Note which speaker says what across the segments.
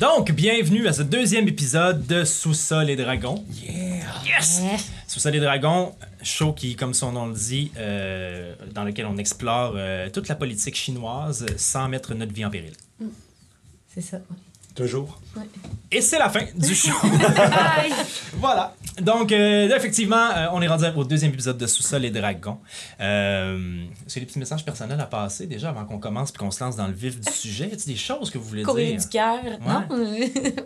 Speaker 1: Donc, bienvenue à ce deuxième épisode de Sous-sol et dragons. Yeah! Yes! Sous-sol et dragons, show qui, comme son nom le dit, euh, dans lequel on explore euh, toute la politique chinoise sans mettre notre vie en péril.
Speaker 2: C'est ça.
Speaker 3: Toujours.
Speaker 1: Et c'est la fin du show.
Speaker 2: Bye!
Speaker 1: Voilà. Donc, euh, là, effectivement, euh, on est rendu au deuxième épisode de Sous-sol et Dragons. Euh, c'est des petits messages personnels à passer déjà avant qu'on commence puis qu'on se lance dans le vif du sujet. Y a des choses que vous voulez
Speaker 4: Courrier
Speaker 1: dire?
Speaker 4: du cœur. Non?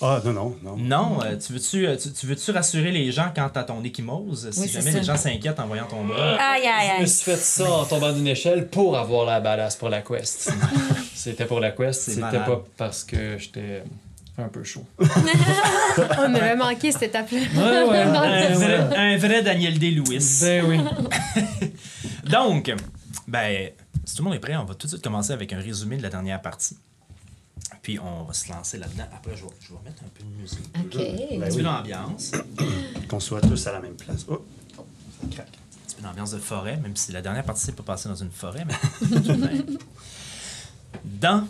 Speaker 3: Ah, non, non, non.
Speaker 1: Non, euh, tu veux-tu euh, tu, tu veux-tu rassurer les gens quant à ton échymose si
Speaker 4: Oui, c'est
Speaker 1: jamais les
Speaker 4: ça.
Speaker 1: gens s'inquiètent en voyant ton bras?
Speaker 4: aïe, aïe,
Speaker 5: Je me
Speaker 4: aïe.
Speaker 5: suis fait ça en tombant d'une échelle pour avoir la badass pour la quest. C'était pour la quest,
Speaker 1: C'est
Speaker 5: c'était
Speaker 1: malade.
Speaker 5: pas parce que j'étais un peu chaud.
Speaker 2: On avait manqué cette étape-là.
Speaker 5: Ouais, ouais,
Speaker 1: Un
Speaker 5: ouais,
Speaker 1: vrai,
Speaker 5: ouais.
Speaker 1: un vrai Daniel Day-Lewis.
Speaker 5: Ben oui.
Speaker 1: Donc, ben, si tout le monde est prêt, on va tout de suite commencer avec un résumé de la dernière partie. Puis on va se lancer là-dedans. Après, je vais, je vais mettre un peu de musique.
Speaker 2: OK.
Speaker 3: Ben
Speaker 1: Un petit peu
Speaker 3: oui,
Speaker 1: d'ambiance.
Speaker 3: qu'on soit tous à la même place. Oh, ça craque.
Speaker 1: Un petit peu d'ambiance de forêt, même si la dernière partie s'est pas passée dans une forêt. Mais... dans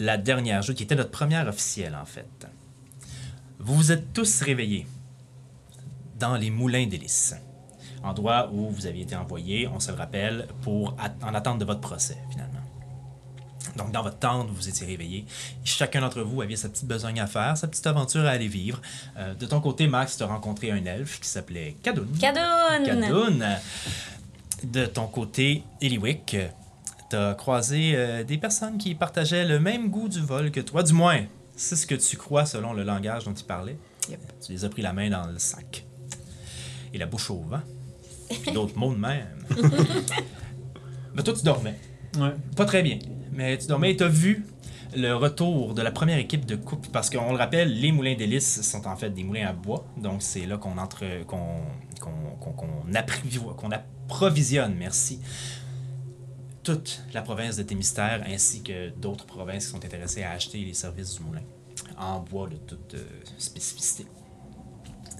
Speaker 1: la dernière jeu, qui était notre première officielle, en fait, vous vous êtes tous réveillés dans les moulins d'hélice, endroit où vous aviez été envoyés, on se le rappelle, pour at- en attente de votre procès, finalement. Donc, dans votre tente, vous vous étiez réveillés. Chacun d'entre vous avait sa petite besogne à faire, sa petite aventure à aller vivre. Euh, de ton côté, Max, tu as rencontré un elfe qui s'appelait Cadoun.
Speaker 4: Cadoune!
Speaker 1: Cadoun. De ton côté, Eliwick, euh, t'as croisé euh, des personnes qui partageaient le même goût du vol que toi, du moins. C'est ce que tu crois selon le langage dont ils parlaient.
Speaker 2: Yep.
Speaker 1: Tu les as pris la main dans le sac. Et la bouche au vent. Puis d'autres mots de même. Mais toi, tu dormais.
Speaker 5: Ouais.
Speaker 1: Pas très bien. Mais tu dormais et t'as vu le retour de la première équipe de coupe. Parce qu'on le rappelle, les moulins d'hélice sont en fait des moulins à bois. Donc c'est là qu'on entre. qu'on qu'on- qu'on- qu'on apprivo- qu'on approvisionne, merci. Toute la province de Témistère ainsi que d'autres provinces qui sont intéressées à acheter les services du moulin en bois de toute euh, spécificité.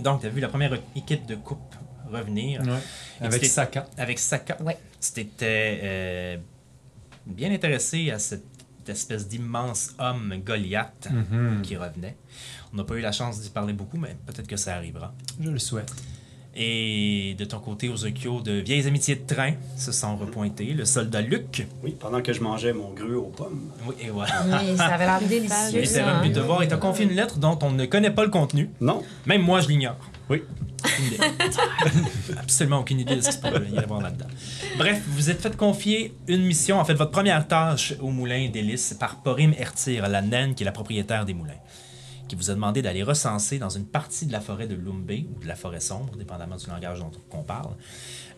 Speaker 1: Donc, tu as vu la première équipe de coupe revenir
Speaker 5: Ouais. Avec
Speaker 1: C'était-
Speaker 5: Saka.
Speaker 1: avec Saka.
Speaker 2: Ouais.
Speaker 1: Tu t'étais euh, bien intéressé à cette espèce d'immense homme Goliath
Speaker 5: Mhm.
Speaker 1: qui revenait. On n'a pas eu la chance d'y parler beaucoup, mais peut-être que ça arrivera.
Speaker 5: Je le souhaite.
Speaker 1: Et de ton côté, aux Ozokyo, de vieilles amitiés de train se sont repointées. Le soldat Luc.
Speaker 3: Oui, pendant que je mangeais mon grue aux pommes.
Speaker 1: Oui, et voilà.
Speaker 4: Oui, ça avait l'air délicieux.
Speaker 1: Il s'est
Speaker 4: ça,
Speaker 1: revenu
Speaker 4: hein.
Speaker 1: te voir et t'a confié une lettre dont on ne connaît pas le contenu.
Speaker 3: Non.
Speaker 1: Même moi, je l'ignore.
Speaker 3: Oui.
Speaker 1: Aucune idée. Absolument aucune idée de ce qu'il peut y avoir là-dedans. Bref, vous êtes fait confier une mission, en fait, votre première tâche au moulin d'hélice par Porim Ertir, la naine qui est la propriétaire des moulins, qui vous a demandé d'aller recenser dans une partie de la forêt de Lumbé, ou de la forêt sombre, dépendamment du langage dont on parle,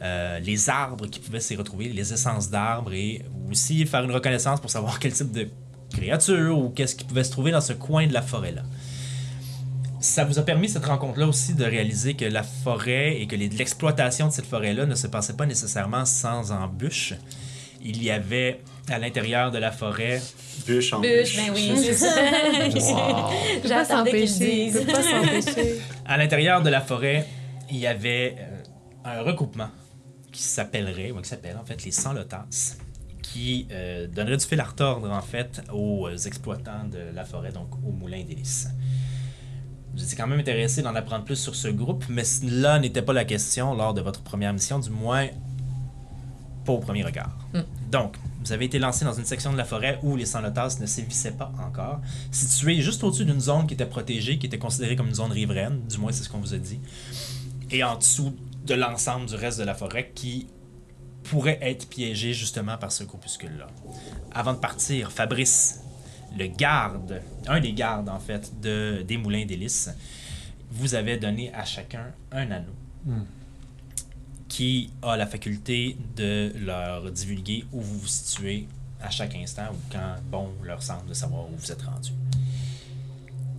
Speaker 1: euh, les arbres qui pouvaient s'y retrouver, les essences d'arbres, et aussi faire une reconnaissance pour savoir quel type de créature ou qu'est-ce qui pouvait se trouver dans ce coin de la forêt-là ça vous a permis cette rencontre-là aussi de réaliser que la forêt et que les- l'exploitation de cette forêt-là ne se passait pas nécessairement sans embûches. Il y avait à l'intérieur de la forêt.
Speaker 3: Bûche en
Speaker 4: Bûche,
Speaker 3: bûche.
Speaker 4: ben oui, c'est ça.
Speaker 5: Wow.
Speaker 2: Peut pas
Speaker 4: J'attendais qu'ils
Speaker 2: s'empêcher.
Speaker 4: disent.
Speaker 2: Peut pas s'empêcher.
Speaker 1: À l'intérieur de la forêt, il y avait euh, un recoupement qui s'appellerait, ou qui s'appelle en fait les Sans-Lotas, qui euh, donnerait du fil à retordre en fait aux euh, exploitants de la forêt, donc au moulin d'hélice. Vous étiez quand même intéressé d'en apprendre plus sur ce groupe, mais cela n'était pas la question lors de votre première mission, du moins pas au premier regard. Donc, vous avez été lancé dans une section de la forêt où les sans-lotas ne sévissaient pas encore, située juste au-dessus d'une zone qui était protégée, qui était considérée comme une zone riveraine, du moins c'est ce qu'on vous a dit, et en dessous de l'ensemble du reste de la forêt qui pourrait être piégé justement par ce groupuscule-là. Avant de partir, Fabrice, le garde, un des gardes en fait de, des moulins d'hélice, vous avait donné à chacun un anneau qui a la faculté de leur divulguer où vous vous situez à chaque instant ou quand bon leur semble de savoir où vous êtes rendu.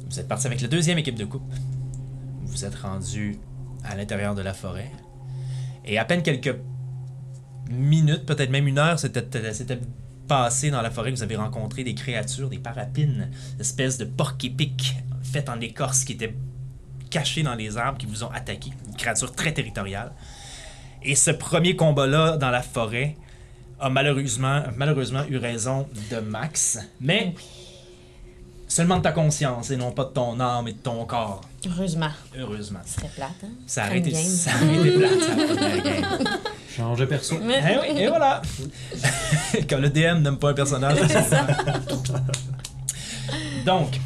Speaker 1: Vous êtes parti avec la deuxième équipe de coupe. Vous êtes rendu à l'intérieur de la forêt. Et à peine quelques minutes, peut-être même une heure, c'était c'était passé dans la forêt. Vous avez rencontré des créatures, des parapines, espèces de porc-épic faites en écorce qui étaient cachées dans les arbres qui vous ont attaqué. Une créature très territoriale. Et ce premier combat-là dans la forêt a malheureusement, malheureusement eu raison de Max. Mais Seulement de ta conscience et non pas de ton âme et de ton corps.
Speaker 4: Heureusement.
Speaker 1: Heureusement.
Speaker 4: Ce serait plate, hein?
Speaker 1: Ça
Speaker 4: Comme
Speaker 1: aurait été,
Speaker 4: game.
Speaker 1: ça aurait été plate, ça, la première game.
Speaker 5: Change de perso.
Speaker 1: Eh oui, et voilà. Quand le DM n'aime pas un personnage. Donc,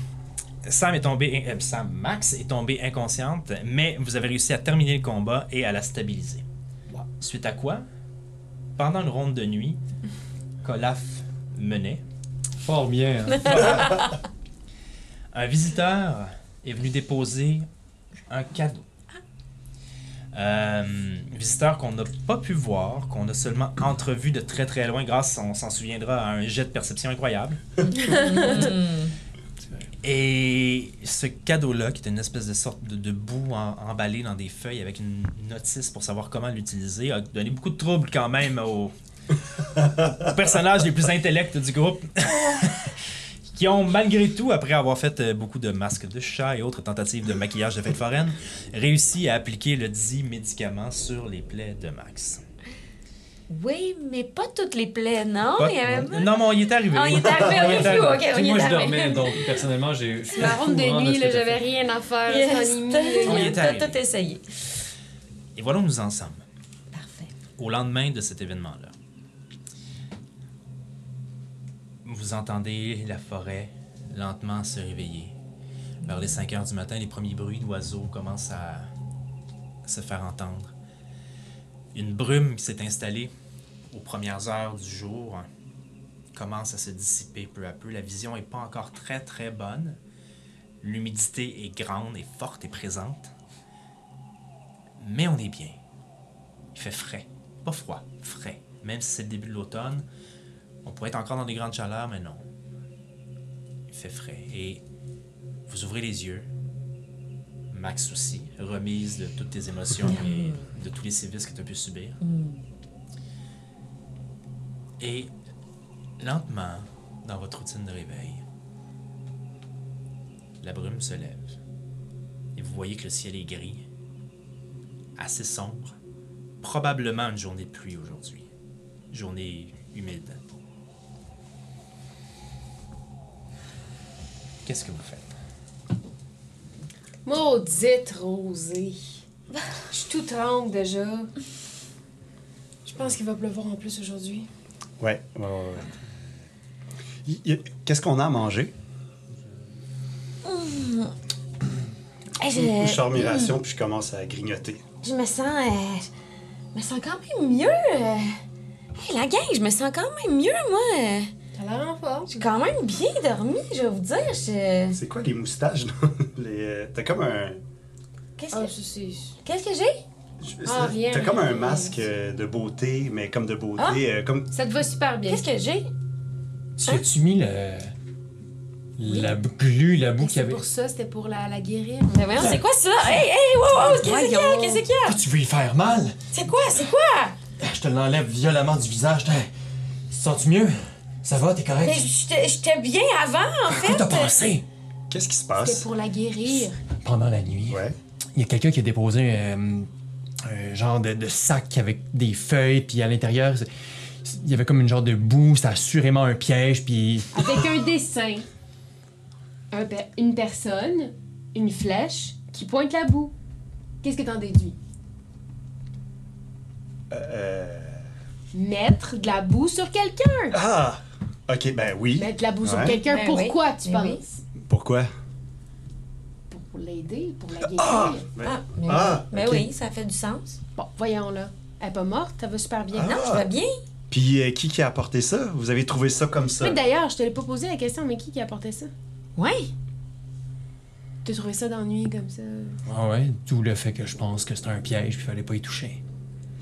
Speaker 1: Sam est tombée, euh, Sam Max est tombée inconsciente, mais vous avez réussi à terminer le combat et à la stabiliser. Suite à quoi, pendant une ronde de nuit, Colaf menait.
Speaker 5: Fort bien. hein.
Speaker 1: Un visiteur est venu déposer un cadeau. Euh, visiteur qu'on n'a pas pu voir, qu'on a seulement entrevu de très très loin grâce, on s'en souviendra, à un jet de perception incroyable. Et ce cadeau-là, qui est une espèce de sorte de, de boue en- emballée dans des feuilles avec une notice pour savoir comment l'utiliser, a donné beaucoup de troubles quand même aux, aux personnages les plus intellects du groupe qui ont malgré tout, après avoir fait euh, beaucoup de masques de chat et autres tentatives de maquillage de fête foraine, réussi à appliquer le dit médicament sur les plaies de Max.
Speaker 4: Oui, mais pas toutes les plaies, non?
Speaker 1: Pas-
Speaker 4: Oh, Il y avait pas-
Speaker 1: Non, mais on y est arrivé.
Speaker 4: Ah, il est arrivé,
Speaker 1: On y
Speaker 4: on
Speaker 1: est
Speaker 4: est flou,
Speaker 1: arrivé.
Speaker 4: ok, on
Speaker 5: Puis
Speaker 4: y
Speaker 5: moi,
Speaker 4: est
Speaker 5: je
Speaker 4: arrivé.
Speaker 5: dormais, donc personnellement, j'ai. je suis
Speaker 2: La
Speaker 5: au
Speaker 2: ronde de
Speaker 5: courant
Speaker 2: nuit,
Speaker 5: ce
Speaker 2: là,
Speaker 5: que t'as
Speaker 2: j'avais
Speaker 5: fait.
Speaker 2: rien à faire.
Speaker 4: Yes,
Speaker 2: j'étais
Speaker 4: t'as-
Speaker 1: On y est
Speaker 4: t'as
Speaker 1: arrivé.
Speaker 4: tout essayé.
Speaker 1: Et voilà où nous en sommes,
Speaker 4: Parfait.
Speaker 1: au lendemain de cet événement-là. Vous entendez la forêt lentement se réveiller. Vers les 5 heures du matin, les premiers bruits d'oiseaux commencent à se faire entendre. Une brume qui s'est installée aux premières heures du jour hein, commence à se dissiper peu à peu. La vision n'est pas encore très très bonne. L'humidité est grande et forte et présente. Mais on est bien. Il fait frais. Pas froid, frais. Même si c'est le début de l'automne, on pourrait être encore dans des grandes chaleurs, mais non. Il fait frais. Et vous ouvrez les yeux. Max aussi, remise de toutes tes émotions et de tous les sévices que tu as pu subir. Et lentement, dans votre routine de réveil, la brume se lève. Et vous voyez que le ciel est gris, assez sombre, probablement une journée de pluie aujourd'hui. Journée humide. Qu'est-ce que vous faites?
Speaker 2: Maudite rosée. Je suis tout tremble déjà. Je pense qu'il va pleuvoir en plus aujourd'hui.
Speaker 3: Ouais, ouais, ouais, ouais. Il- il- Qu'est-ce qu'on a à manger?
Speaker 4: Eh,
Speaker 3: Je
Speaker 4: je,
Speaker 3: sors mes rations puis je commence à grignoter.
Speaker 4: je me sens. euh, je me sens quand même mieux. euh. Hey, la gang, je me sens quand même mieux, moi. euh.
Speaker 2: T'as l'air en forme.
Speaker 4: J'ai quand même bien dormi, je vais vous dire. je-
Speaker 3: C'est quoi les moustaches? là? les... euh, T'as comme un...
Speaker 4: Qu'est-ce
Speaker 2: Ah,
Speaker 4: que,
Speaker 2: ça, c'est.
Speaker 4: qu'est-ce que j'ai?
Speaker 3: je-
Speaker 2: Ah, rien,
Speaker 3: T'as comme un
Speaker 2: rien.
Speaker 3: masque euh, de beauté, mais comme de beauté,
Speaker 4: Ah!
Speaker 3: euh, comme...
Speaker 2: Ça te va super bien.
Speaker 4: Qu'est-ce que j'ai?
Speaker 5: Tu as-tu mis le. La glu, la boue
Speaker 2: Mais
Speaker 5: qu'il y
Speaker 2: C'est
Speaker 5: avait.
Speaker 2: pour ça, c'était pour la, la guérir.
Speaker 4: Ben voyons, c'est quoi ça? Hey, hey, wow, wow, qu'est-ce qu'il y a?
Speaker 2: Voyons.
Speaker 4: Qu'est-ce qu'il y a?
Speaker 5: Ah, tu veux y faire mal? Ah,
Speaker 4: C'est quoi? C'est quoi?
Speaker 5: Je te l'enlève violemment du visage. T'es- Sens-tu mieux? Ça va, t'es correct?
Speaker 4: Mais j'étais j'étais bien avant, en
Speaker 5: Quoi
Speaker 4: fait.
Speaker 5: t'as pensé?
Speaker 3: Qu'est-ce qui se
Speaker 2: C'était
Speaker 3: passe?
Speaker 2: pour la guérir.
Speaker 5: Pendant la nuit, il
Speaker 3: Ouais.
Speaker 5: y a quelqu'un qui a déposé euh, un genre de, de sac avec des feuilles, puis à l'intérieur, c'est- c'est- il y avait comme une genre de boue, c'était assurément un piège, puis
Speaker 2: Avec un dessin. Un pe- une personne, une flèche qui pointe la boue. Qu'est-ce que t'en déduis?
Speaker 3: Euh...
Speaker 2: Mettre de la boue sur quelqu'un!
Speaker 3: Ah! OK, ben oui.
Speaker 2: Mettre de la boue sur
Speaker 3: Ouais.
Speaker 2: quelqu'un,
Speaker 4: Ben
Speaker 2: pourquoi
Speaker 4: oui,
Speaker 2: tu
Speaker 4: ben
Speaker 2: penses?
Speaker 4: oui.
Speaker 3: Pourquoi?
Speaker 2: Pour, pour l'aider, pour la guérir.
Speaker 3: Ben-
Speaker 4: Ah, mais,
Speaker 3: Ah,
Speaker 4: mais
Speaker 3: ok.
Speaker 4: oui, ça fait du sens.
Speaker 2: Bon, voyons là. Elle est pas morte, ça va super bien.
Speaker 3: Ah.
Speaker 4: Non, je vais bien.
Speaker 3: Puis euh, qui qui a apporté ça? Vous avez trouvé ça comme ça?
Speaker 2: Mais D'ailleurs, je te l'ai pas posé la question, mais qui qui apportait ça?
Speaker 4: Ouais.
Speaker 2: T'as trouvé ça d'ennui comme ça?
Speaker 5: Ah ouais, d'où le fait que je pense que c'était un piège, puis fallait pas y toucher.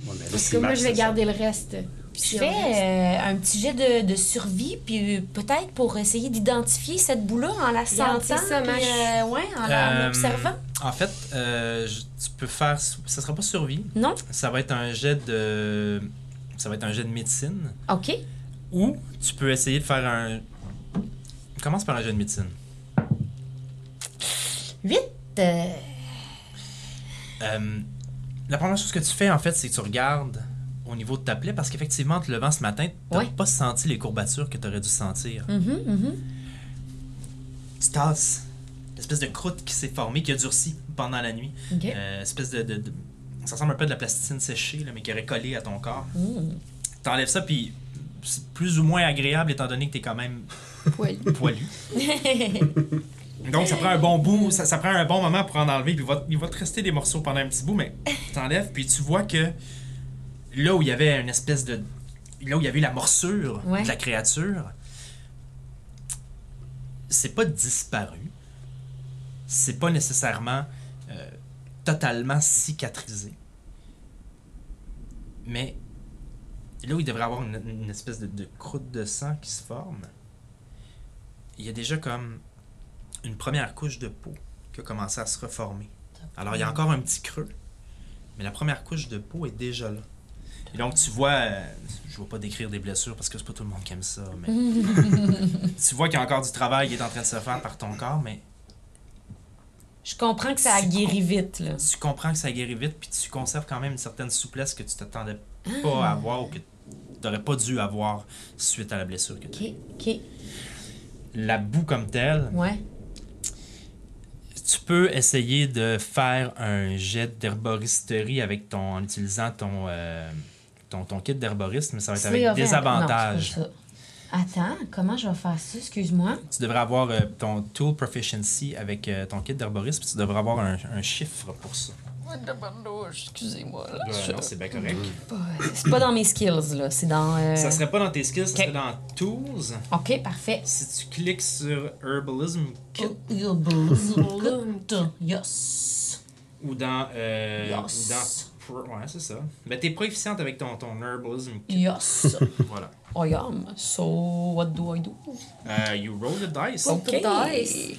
Speaker 3: Ouais, mais là,
Speaker 2: Parce
Speaker 3: ben, c'est
Speaker 2: que moi,
Speaker 3: Max,
Speaker 2: je vais
Speaker 3: c'est ça.
Speaker 2: garder le reste. Puis
Speaker 4: Je
Speaker 2: on reste.
Speaker 4: fais euh, un petit jet de, de survie, puis euh, peut-être pour essayer d'identifier cette boule-là en la
Speaker 2: Regarde,
Speaker 4: sentant,
Speaker 2: c'est ça,
Speaker 4: puis,
Speaker 2: Max.
Speaker 4: euh, ouais, en la- en
Speaker 1: Euh,
Speaker 4: l'observant.
Speaker 1: En fait, euh, je- tu peux faire. Ça sera pas survie.
Speaker 4: Non?
Speaker 1: Ça va être un jet de. Ça va être un jet de médecine.
Speaker 4: OK.
Speaker 1: Ou tu peux essayer de faire un. Commence par un jet de médecine.
Speaker 4: 8.
Speaker 1: Euh, la première chose que tu fais, en fait, c'est que tu regardes au niveau de ta plaie parce qu'effectivement, en te levant ce matin, tu
Speaker 4: Ouais. Mm.
Speaker 1: pas senti les courbatures que tu aurais dû sentir. Stas, l'espèce de croûte qui s'est formée, qui a durci pendant la nuit.
Speaker 4: Ok.
Speaker 1: Euh, espèce de, de- de- Ça ressemble un peu à de la plasticine séchée, là, mais qui aurait collé à ton corps.
Speaker 4: Mm.
Speaker 1: T'enlèves ça, puis c'est plus ou moins agréable étant donné que t'es quand même
Speaker 2: Poil.
Speaker 1: poilu. Donc, ça prend un bon bout, ça, ça prend un bon moment pour en enlever, puis il va, il va te rester des morceaux pendant un petit bout, mais t'enlèves, puis tu vois que là où il y avait une espèce de. Là où il y avait la morsure
Speaker 4: Ouais.
Speaker 1: de la créature, c'est pas disparu. C'est pas nécessairement euh, totalement cicatrisé. Mais là où il devrait avoir une, une espèce de, de croûte de sang qui se forme, il y a déjà comme une première couche de peau qui a commencé à se reformer. Alors, il y a encore un petit creux, mais la première couche de peau est déjà là. Et donc, tu vois, euh, je ne vais pas décrire des blessures parce que c'est pas tout le monde qui aime ça, mais tu vois qu'il y a encore du travail qui est en train de se faire par ton corps, mais
Speaker 4: Je comprends que ça a
Speaker 1: C'est
Speaker 4: guéri vite, là.
Speaker 1: tu comprends que ça guérit vite, puis tu conserves quand même une certaine souplesse que tu t'attendais pas
Speaker 4: Ah.
Speaker 1: à avoir ou que tu n'aurais pas dû avoir suite à la blessure que tu
Speaker 4: Ok, ok.
Speaker 1: La boue comme telle,
Speaker 4: Ouais.
Speaker 1: Tu peux essayer de faire un jet d'herboristerie avec ton en utilisant ton euh, ton, ton kit d'herboriste, mais ça va être avec des avantages.
Speaker 4: Non, c'est pas ça. Attends, comment je vais faire ça? Excuse-moi.
Speaker 1: Tu devrais avoir euh, ton tool proficiency avec euh, ton kit d'herboriste, puis tu devrais avoir un, un chiffre pour ça. Euh,
Speaker 4: Excusez-moi.
Speaker 1: non, c'est bien correct.
Speaker 4: Euh. C'est pas dans mes skills, là. C'est dans. euh,
Speaker 1: Ça serait pas dans tes skills, ça
Speaker 4: Ok.
Speaker 1: serait dans tools.
Speaker 4: Ok, parfait.
Speaker 1: Si tu cliques sur herbalism kit
Speaker 4: Oh. Yes.
Speaker 1: ou dans euh,
Speaker 4: Yes.
Speaker 1: ou dans pro- ouais, c'est ça. Mais t'es proficiente avec ton ton herbalism kit,
Speaker 4: Yes.
Speaker 1: voilà.
Speaker 4: I am. Oh, So, what do I do?
Speaker 1: Euh, you roll the dice.
Speaker 4: Dice.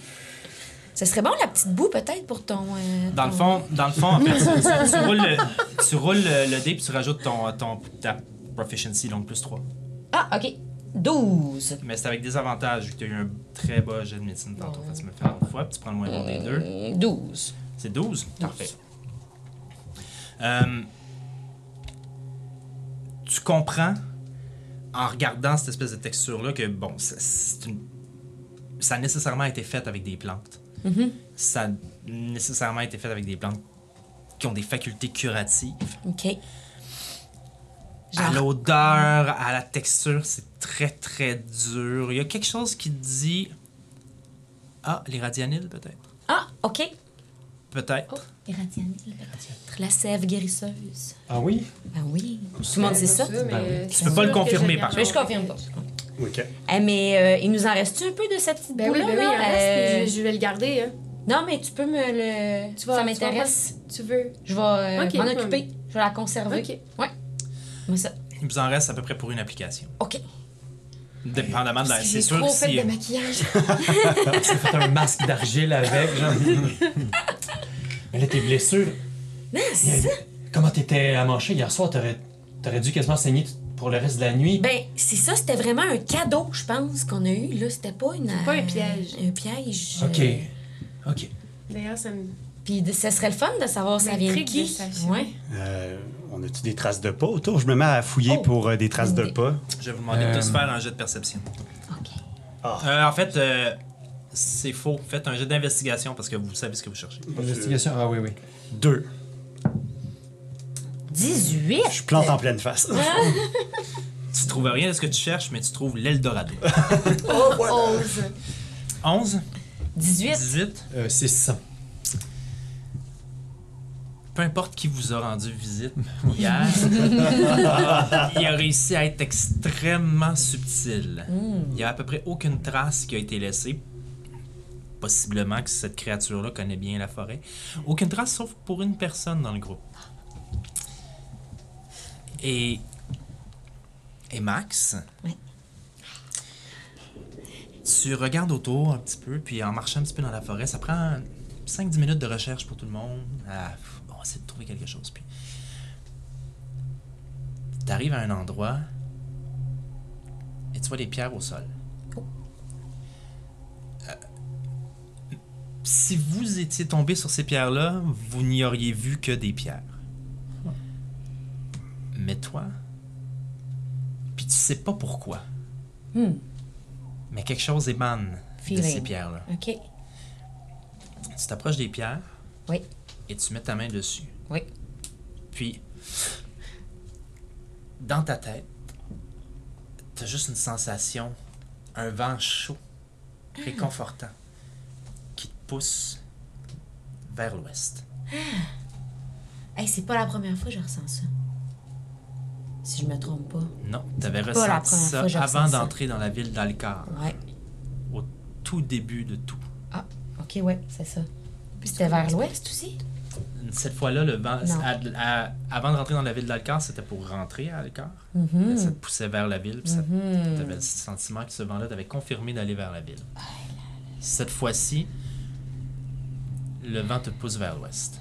Speaker 4: Ce serait bon la petite boue, peut-être, pour ton. euh,
Speaker 1: Dans le
Speaker 4: ton-
Speaker 1: fond, dans le fond, en fait, tu, tu- tu roules le, tu roules le, le dé puis tu rajoutes ton, ton, ta proficiency, donc plus 3.
Speaker 4: Ah, ok. 12.
Speaker 1: Mais c'est avec des avantages, vu que tu as eu un très bas jet de médecine tantôt. Fait que tu me fais une fois, puis tu prends le moins bon des deux.
Speaker 4: Euh, 12.
Speaker 1: C'est 12? Parfait. Euh, tu comprends, en regardant cette espèce de texture-là, que bon, c'est- c'est une- ça a nécessairement été fait avec des plantes. Ça a nécessairement été fait avec des plantes qui ont des facultés curatives.
Speaker 4: Ok.
Speaker 1: À
Speaker 4: Genre-
Speaker 1: l'odeur, à la texture, c'est très très dur. Il y a quelque chose qui te dit. Ah, les radianiles, peut-être.
Speaker 4: Ah, ok.
Speaker 1: Peut-être.
Speaker 4: Irradianite. La sève guérisseuse.
Speaker 5: Ah oui?
Speaker 4: Ben oui. Tout le monde
Speaker 2: Bah
Speaker 4: sait ça.
Speaker 2: mais
Speaker 1: Tu peux pas le confirmer, par
Speaker 4: Mais
Speaker 1: contre.
Speaker 4: je confirme pas.
Speaker 3: OK.
Speaker 4: Eh, mais euh, il nous en reste un peu de cette petite
Speaker 2: Ben oui,
Speaker 4: boule-là?
Speaker 2: ben oui,
Speaker 4: là?
Speaker 2: il en reste,
Speaker 4: Euh,
Speaker 2: mais je, je vais le garder. hein.
Speaker 4: Non, mais tu peux me le.
Speaker 2: Tu vas-
Speaker 4: ça
Speaker 2: tu vas
Speaker 4: m'intéresse.
Speaker 2: Tu veux.
Speaker 4: Je vais euh,
Speaker 2: Ok,
Speaker 4: m'en
Speaker 2: ouais.
Speaker 4: occuper. Je vais la conserver.
Speaker 2: Ok.
Speaker 4: Ouais. Moi, ça.
Speaker 1: Il vous en reste à peu près pour une application.
Speaker 4: OK.
Speaker 1: Ben, Dépendamment de la.
Speaker 2: Parce que
Speaker 1: C'est
Speaker 2: j'ai
Speaker 1: sûr
Speaker 2: trop
Speaker 1: que
Speaker 2: fait
Speaker 1: si. euh,
Speaker 2: de maquillage.
Speaker 5: T'as fait un masque d'argile avec, genre. Mais là, tes blessures.
Speaker 4: Nice.
Speaker 5: il y a- Comment t'étais amanché hier soir? T'aurais t'aurais dû quasiment saigner t- pour le reste de la nuit.
Speaker 4: Ben, c'est ça, c'était vraiment un cadeau, je pense, qu'on a eu. Là, c'était pas une.
Speaker 2: pas un piège.
Speaker 4: Un piège.
Speaker 5: Ok.
Speaker 4: euh,
Speaker 5: Ok.
Speaker 2: D'ailleurs, ça me.
Speaker 4: Puis de- ce serait le fun de savoir ça vient de
Speaker 2: M'intrigue de
Speaker 4: qui.
Speaker 2: savoir.
Speaker 4: Ouais.
Speaker 3: Euh, on a-tu des traces de pas autour? Je me mets à fouiller
Speaker 4: Oh.
Speaker 3: pour euh, des traces de
Speaker 4: Oui.
Speaker 3: pas.
Speaker 1: Je vais vous demander de tous
Speaker 5: Euh,
Speaker 1: faire un jet de perception.
Speaker 4: OK.
Speaker 1: Euh, en fait, euh, c'est faux. Faites un jet d'investigation parce que vous savez ce que vous cherchez.
Speaker 5: Investigation. Ah oui, oui.
Speaker 3: Deux.
Speaker 4: 18.
Speaker 3: Je plante en pleine face.
Speaker 1: Tu trouves rien de ce que tu cherches, mais tu trouves l'Eldorado.
Speaker 2: Oh, ose.
Speaker 1: 11,
Speaker 4: 18.
Speaker 1: 18,
Speaker 5: Euh, 600.
Speaker 1: peu importe qui vous a rendu visite hier, il a réussi à être extrêmement subtil. Il n'y a à peu près aucune trace qui a été laissée. Possiblement que cette créature-là connaît bien la forêt. Aucune trace sauf pour une personne dans le groupe. Et. Et Max?
Speaker 4: Oui.
Speaker 1: Tu regardes autour un petit peu, puis en marchant un petit peu dans la forêt, ça prend 5-10 minutes de recherche pour tout le monde. Ah, pff, on va essayer de trouver quelque chose. Puis. T'arrives à un endroit et tu vois des pierres au sol.
Speaker 4: Oh.
Speaker 1: Euh, Si vous étiez tombé sur ces pierres-là, vous n'y auriez vu que des pierres.
Speaker 4: Hmm.
Speaker 1: Mais toi, puis tu sais pas pourquoi,
Speaker 4: Hmm.
Speaker 1: mais quelque chose émane de ces
Speaker 4: Feeling.
Speaker 1: pierres-là.
Speaker 4: OK.
Speaker 1: Tu t'approches des pierres
Speaker 4: Oui.
Speaker 1: et tu mets ta main dessus.
Speaker 4: Oui.
Speaker 1: Puis, dans ta tête, t'as juste une sensation, un vent chaud, réconfortant, qui te pousse vers l'ouest.
Speaker 4: Hey, c'est pas la première fois que je ressens ça. Si je me trompe pas.
Speaker 1: Non, t'avais
Speaker 4: C'est pas la
Speaker 1: ressenti
Speaker 4: première
Speaker 1: ça
Speaker 4: fois que je
Speaker 1: avant
Speaker 4: ressens ça.
Speaker 1: d'entrer dans la ville d'Alcar,
Speaker 4: Ouais.
Speaker 1: au tout début de tout.
Speaker 4: Ah, OK, ouais, c'est ça. Puis c'était vers l'ouest aussi?
Speaker 1: Cette fois-là, le vent,
Speaker 4: Non.
Speaker 1: à- à- avant de rentrer dans la ville d'Alcar, c'était pour rentrer à Alcar.
Speaker 4: Mhm.
Speaker 1: Ça te poussait vers la ville, puis ça
Speaker 4: Mhm.
Speaker 1: T'avais le sentiment que ce vent-là t'avait confirmé d'aller vers la ville. Cette fois-ci, le vent te pousse vers l'ouest.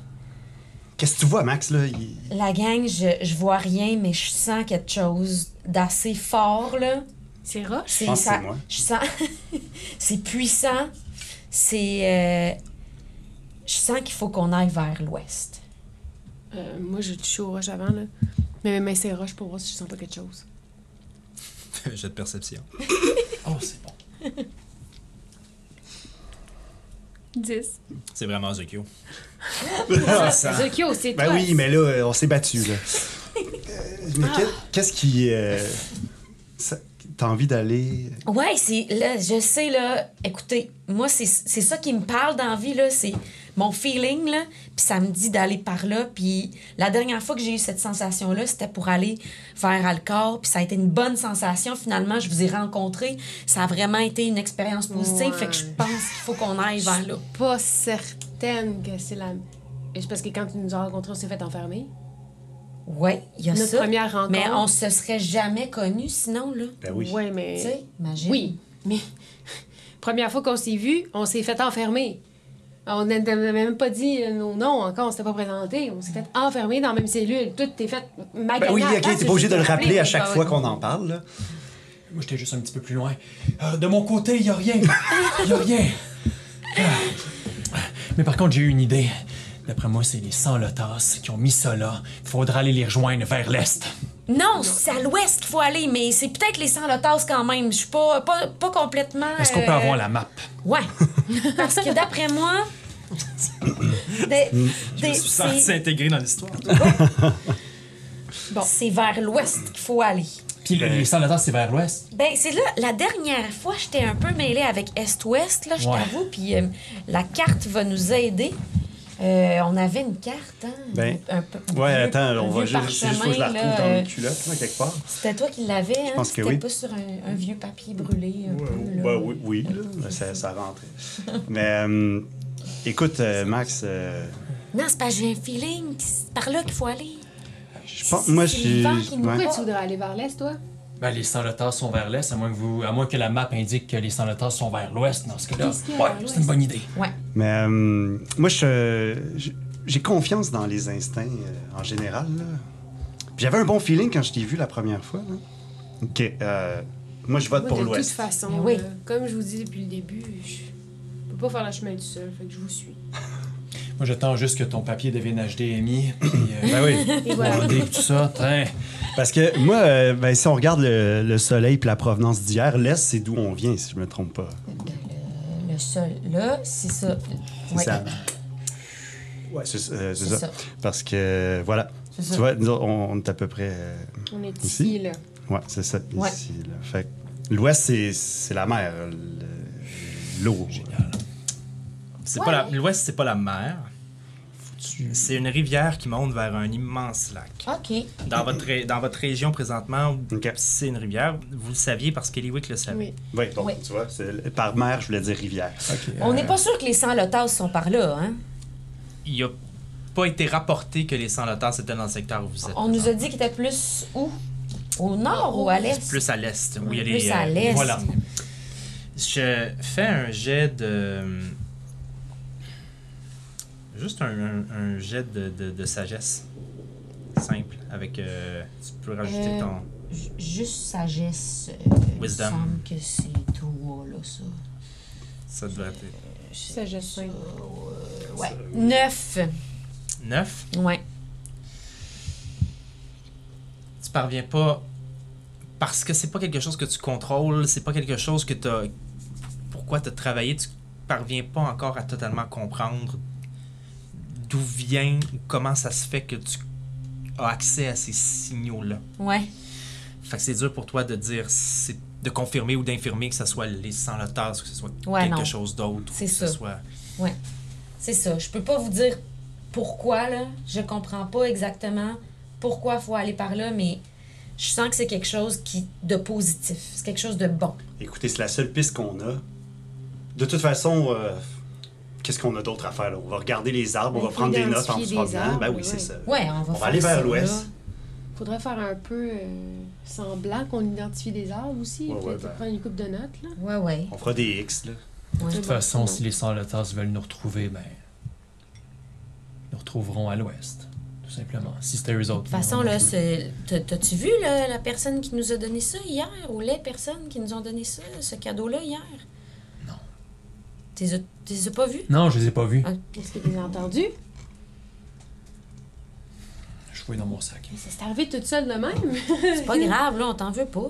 Speaker 3: Qu'est-ce que tu vois, Max, là? Il-
Speaker 4: La gang, je, je vois rien, mais je sens quelque chose d'assez fort, là.
Speaker 2: C'est roche.
Speaker 4: C'est
Speaker 3: pense que
Speaker 4: ça-
Speaker 3: c'est moi.
Speaker 4: Je sens. c'est puissant. C'est. euh, je sens qu'il faut qu'on aille vers l'ouest.
Speaker 2: Euh, moi, j'ai touché aux roches avant, là. Mais, mais c'est roche pour voir si je sens pas quelque chose.
Speaker 1: J'ai de perception. oh, c'est bon.
Speaker 2: 10.
Speaker 1: C'est vraiment Zokyo. Ah,
Speaker 2: Ah, Zokyo, c'est
Speaker 3: Ben
Speaker 2: toi.
Speaker 3: oui, mais là, euh, on s'est battu, là. Euh, mais que- qu'est-ce qui. euh, ça- T'as envie d'aller.
Speaker 4: Ouais, c'est. Là, je sais, là. Écoutez, moi, c'est c'est ça qui me parle d'envie, là. C'est mon feeling, là. Puis ça me dit d'aller par là. Puis la dernière fois que j'ai eu cette sensation-là, c'était pour aller vers Alcor. Puis ça a été une bonne sensation. Finalement, je vous ai rencontrés. Ça a vraiment été une expérience positive.
Speaker 2: Ouais.
Speaker 4: Fait que je pense qu'il faut qu'on aille vers là.
Speaker 2: Pas certaine que c'est la. C'est parce que quand tu nous as rencontrés, on s'est fait enfermer.
Speaker 4: Ouais, il y a
Speaker 2: Notre
Speaker 4: ça.
Speaker 2: première rencontre.
Speaker 4: Mais on se serait jamais connus sinon, là.
Speaker 3: Ben oui.
Speaker 2: Ouais,
Speaker 4: Tu
Speaker 2: mais.
Speaker 4: sais, imagine.
Speaker 2: Oui, mais première fois qu'on s'est vu, on s'est fait enfermer. On n'a même pas dit euh, nos noms encore, on s'était pas présenté. On s'est fait enfermer dans la même cellule. Tout est fait magané.
Speaker 3: Ben oui,
Speaker 2: à la
Speaker 3: ok,
Speaker 2: place,
Speaker 3: t'es pas obligé
Speaker 2: je
Speaker 3: de le
Speaker 2: t'ai rappelé,
Speaker 3: rappeler à
Speaker 2: mais
Speaker 3: chaque
Speaker 2: bah,
Speaker 3: fois qu'on en parle, là.
Speaker 5: Moi, j'étais juste un petit peu plus loin. Euh, de mon côté, il a rien. Il a rien. Ah. Mais par contre, j'ai eu une idée. D'après moi, c'est les Sans-Lotas qui ont mis ça là. Faudra aller les rejoindre vers l'est.
Speaker 4: Non, c'est à l'ouest qu'il faut aller, mais c'est peut-être les sans lotas quand même. Je suis pas, pas, pas complètement.
Speaker 5: Est-ce qu'on peut
Speaker 4: euh,
Speaker 5: avoir la map?
Speaker 4: Ouais. Parce que d'après moi. des- des- c'est-
Speaker 1: intégré dans l'histoire.
Speaker 4: C'est vers l'ouest qu'il faut aller.
Speaker 5: Puis le-
Speaker 1: Euh,
Speaker 5: les Sans-Lotas, c'est vers l'ouest.
Speaker 4: Ben, c'est là, la dernière fois, j'étais un peu mêlée avec Est-Ouest, là, je
Speaker 5: Ouais.
Speaker 4: t'avoue, puis euh, la carte va nous aider. Euh, on avait une carte, hein?
Speaker 3: Ben,
Speaker 4: un peu- un
Speaker 3: Ouais,
Speaker 4: vieux-
Speaker 3: attends,
Speaker 4: un
Speaker 3: on va
Speaker 4: vieux
Speaker 3: juste. C'est juste faut que je la
Speaker 4: parchemin,
Speaker 3: retrouve
Speaker 4: là,
Speaker 3: dans
Speaker 4: euh,
Speaker 3: mes culottes, là, quelque part.
Speaker 4: C'était toi qui l'avais, hein?
Speaker 3: pense que
Speaker 4: C'était
Speaker 3: oui.
Speaker 4: pas sur un, un vieux papier brûlé. un
Speaker 3: Ouais,
Speaker 4: peu, là.
Speaker 3: ben oui, oui, là, ben ça, ça rentre. Mais euh, écoute, euh, Max, euh,
Speaker 4: Non, c'est pas j'ai un feeling, que c'est par là qu'il faut aller.
Speaker 3: je pense, moi, je
Speaker 4: C'est le
Speaker 3: suis.
Speaker 4: vent qui nous
Speaker 3: ouais.
Speaker 2: Pourquoi tu voudrais aller vers l'est, toi?
Speaker 5: Ben, les Sans-Lotas sont vers l'est, à moins que vous, à moins que la map indique que les Sans-Lotas sont vers l'ouest dans ce cas-là.
Speaker 4: Qu'est-ce qu'il y a vers
Speaker 5: Ouais, c'est une bonne idée.
Speaker 4: Ouais.
Speaker 3: Mais euh, moi, je, je- j'ai confiance dans les instincts euh, en général. là. Puis J'avais un bon feeling quand je t'ai vu la première fois. là. Ok, euh, moi, je vote
Speaker 2: Moi,
Speaker 3: pour
Speaker 2: de toute
Speaker 3: l'Ouest.
Speaker 2: façon,
Speaker 4: Ben oui.
Speaker 2: là, comme je vous dis depuis le début, je peux pas faire le chemin du seul, fait que je vous suis.
Speaker 5: Moi, j'attends juste que ton papier devienne HDMI, puis euh,
Speaker 3: Ben oui.
Speaker 2: Et
Speaker 5: mon
Speaker 2: voilà.
Speaker 5: dé, puis tout ça. Tiens.
Speaker 3: Parce que moi, euh, ben, si on regarde le, le soleil puis la provenance d'hier, l'Est, c'est d'où on vient, si je me trompe pas.
Speaker 4: Le sol, là, c'est ça.
Speaker 3: C'est
Speaker 4: Ouais.
Speaker 3: ça. Ouais, c'est, euh, c'est
Speaker 4: C'est
Speaker 3: ça.
Speaker 4: ça.
Speaker 3: Parce que, voilà.
Speaker 4: C'est ça.
Speaker 3: Tu vois, nous autres, on, on est à peu près. euh,
Speaker 2: On est
Speaker 3: Ici?
Speaker 2: ici, là.
Speaker 3: Ouais, c'est ça.
Speaker 4: Ouais.
Speaker 3: Ici, là. Fait que l'ouest, c'est, c'est la mer, le- l'eau.
Speaker 1: C'est pas la- L'ouest, c'est pas la mer. C'est une rivière qui monte vers un immense lac.
Speaker 4: OK.
Speaker 1: Dans votre, ré- dans votre région présentement,
Speaker 3: Ok.
Speaker 1: c'est une rivière. Vous le saviez parce qu'Eliwick le
Speaker 3: Ah.
Speaker 1: savait.
Speaker 2: Oui.
Speaker 3: Oui, donc,
Speaker 4: Ouais.
Speaker 3: tu vois, c'est- par mer, je voulais dire rivière.
Speaker 4: On n'est pas sûr que les sans lotas sont par là, hein?
Speaker 1: Il a pas été rapporté que les sans-lotards étaient dans le secteur où vous êtes.
Speaker 4: On nous a dit qu'ils étaient plus où? Au nord ou à l'est?
Speaker 1: Plus à l'est, où il y a les.
Speaker 4: Plus à
Speaker 1: euh,
Speaker 4: l'est.
Speaker 1: Voilà. Je fais un jet de. Juste un, un- un jet de, de- de sagesse. Simple. Avec. euh, tu peux rajouter
Speaker 4: Euh,
Speaker 1: ton.
Speaker 4: J- Juste sagesse. euh,
Speaker 1: Wisdom.
Speaker 4: Il me semble que c'est toi, là, ça.
Speaker 1: Ça devrait être.
Speaker 2: Sagesse cinq.
Speaker 4: Euh, ouais. Neuf.
Speaker 1: 9.
Speaker 4: Ouais.
Speaker 1: Tu parviens pas. Parce que c'est pas quelque chose que tu contrôles, c'est pas quelque chose que t'as. Pour, quoi tu as travaillé, tu parviens pas encore à totalement comprendre d'où vient ou comment ça se fait que tu as accès à ces signaux-là.
Speaker 4: Ouais.
Speaker 1: Fait que c'est dur pour toi de dire, c'est- de confirmer ou d'infirmer que ce soit les sans le tasse, que ce soit
Speaker 4: Ouais,
Speaker 1: quelque
Speaker 4: non.
Speaker 1: chose d'autre, ou
Speaker 4: C'est
Speaker 1: que ce
Speaker 4: ça.
Speaker 1: soit.
Speaker 4: C'est ça. Je peux pas vous dire pourquoi, là. Je comprends pas exactement pourquoi faut aller par là, mais je sens que c'est quelque chose qui de positif. C'est quelque chose de bon.
Speaker 3: Écoutez, c'est la seule piste qu'on a. De toute façon, euh, qu'est-ce qu'on a d'autre à faire? là? On va regarder les arbres,
Speaker 2: Il
Speaker 3: on va
Speaker 2: faut
Speaker 3: prendre des notes en se
Speaker 2: identifier des
Speaker 3: promenant. Ben
Speaker 2: arbres,
Speaker 3: oui,
Speaker 2: ouais.
Speaker 3: c'est ça.
Speaker 4: Ouais, on va
Speaker 3: On va
Speaker 4: faire
Speaker 3: aller vers
Speaker 4: ça,
Speaker 3: l'ouest.
Speaker 2: Faudrait faire un peu euh, semblant qu'on identifie des arbres aussi.
Speaker 3: Ouais,
Speaker 2: peut-être
Speaker 3: ouais, ben.
Speaker 2: prendre une coupe de notes, là.
Speaker 4: là. Ouais, ouais.
Speaker 3: On fera des X, là.
Speaker 4: ouais.
Speaker 5: De toute façon, si les sans veulent nous retrouver, ben. Nous retrouverons à l'ouest. Tout simplement. Si c'était eux autres.
Speaker 4: De toute façon, là, c'est- t'as- t'as-tu vu là, la personne qui nous a donné ça hier ou les personnes qui nous ont donné ça, ce cadeau-là hier?
Speaker 5: Non.
Speaker 4: Tu les as- tu les as pas vus?
Speaker 5: Non, je les ai pas vus.
Speaker 4: Ah.
Speaker 2: Est-ce que tu les as entendus?
Speaker 5: Je fouille dans mon sac.
Speaker 2: Mais ça s'est arrivé toute seule de même.
Speaker 4: C'est pas grave, là, on t'en veut pas.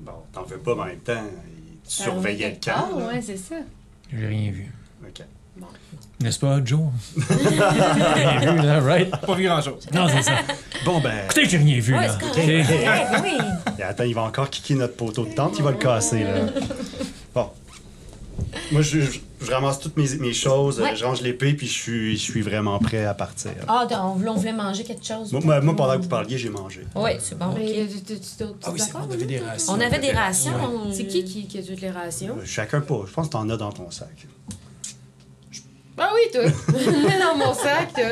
Speaker 3: Bon, t'en veux pas, mais en même temps, tu
Speaker 2: Ça
Speaker 3: surveillais le
Speaker 2: arrive quelque
Speaker 3: camp.
Speaker 2: part,
Speaker 3: là.
Speaker 2: Ouais, c'est ça.
Speaker 5: J'ai rien vu.
Speaker 3: Ok.
Speaker 5: N'est-ce pas, Joe? rien vu, là, right?
Speaker 1: Pas vu grand chose.
Speaker 5: Non, c'est ça.
Speaker 3: Bon, ben,
Speaker 5: Écoutez, j'ai rien vu,
Speaker 4: Ouais,
Speaker 5: là.
Speaker 4: c'est correct.
Speaker 5: OK?
Speaker 2: Eh
Speaker 4: Ouais, oui.
Speaker 3: et attends, il va encore kicker notre poteau de tente, il va le casser, là. Bon. Moi, je, je- je ramasse toutes mes, mes choses, euh,
Speaker 4: Ouais.
Speaker 3: je range l'épée, puis je suis, je suis vraiment prêt à partir.
Speaker 4: Ah, donc, on voulait, on voulait manger quelque chose.
Speaker 3: Moi, moi, moi, pendant que vous parliez, j'ai mangé.
Speaker 4: Oui, c'est bon.
Speaker 2: Mais euh, tu- tu- tu- d'autres
Speaker 5: Ah oui,
Speaker 2: petites
Speaker 5: c'est- on
Speaker 2: affaires,
Speaker 5: avait
Speaker 2: là,
Speaker 5: des
Speaker 2: toi?
Speaker 5: rations.
Speaker 4: On avait des rations. on-
Speaker 2: C'est qui qui, qui a toutes les rations?
Speaker 3: Euh, Chacun pas. Je pense que t'en as dans ton sac.
Speaker 2: Ah oui, toi! Mets dans mon sac, toi.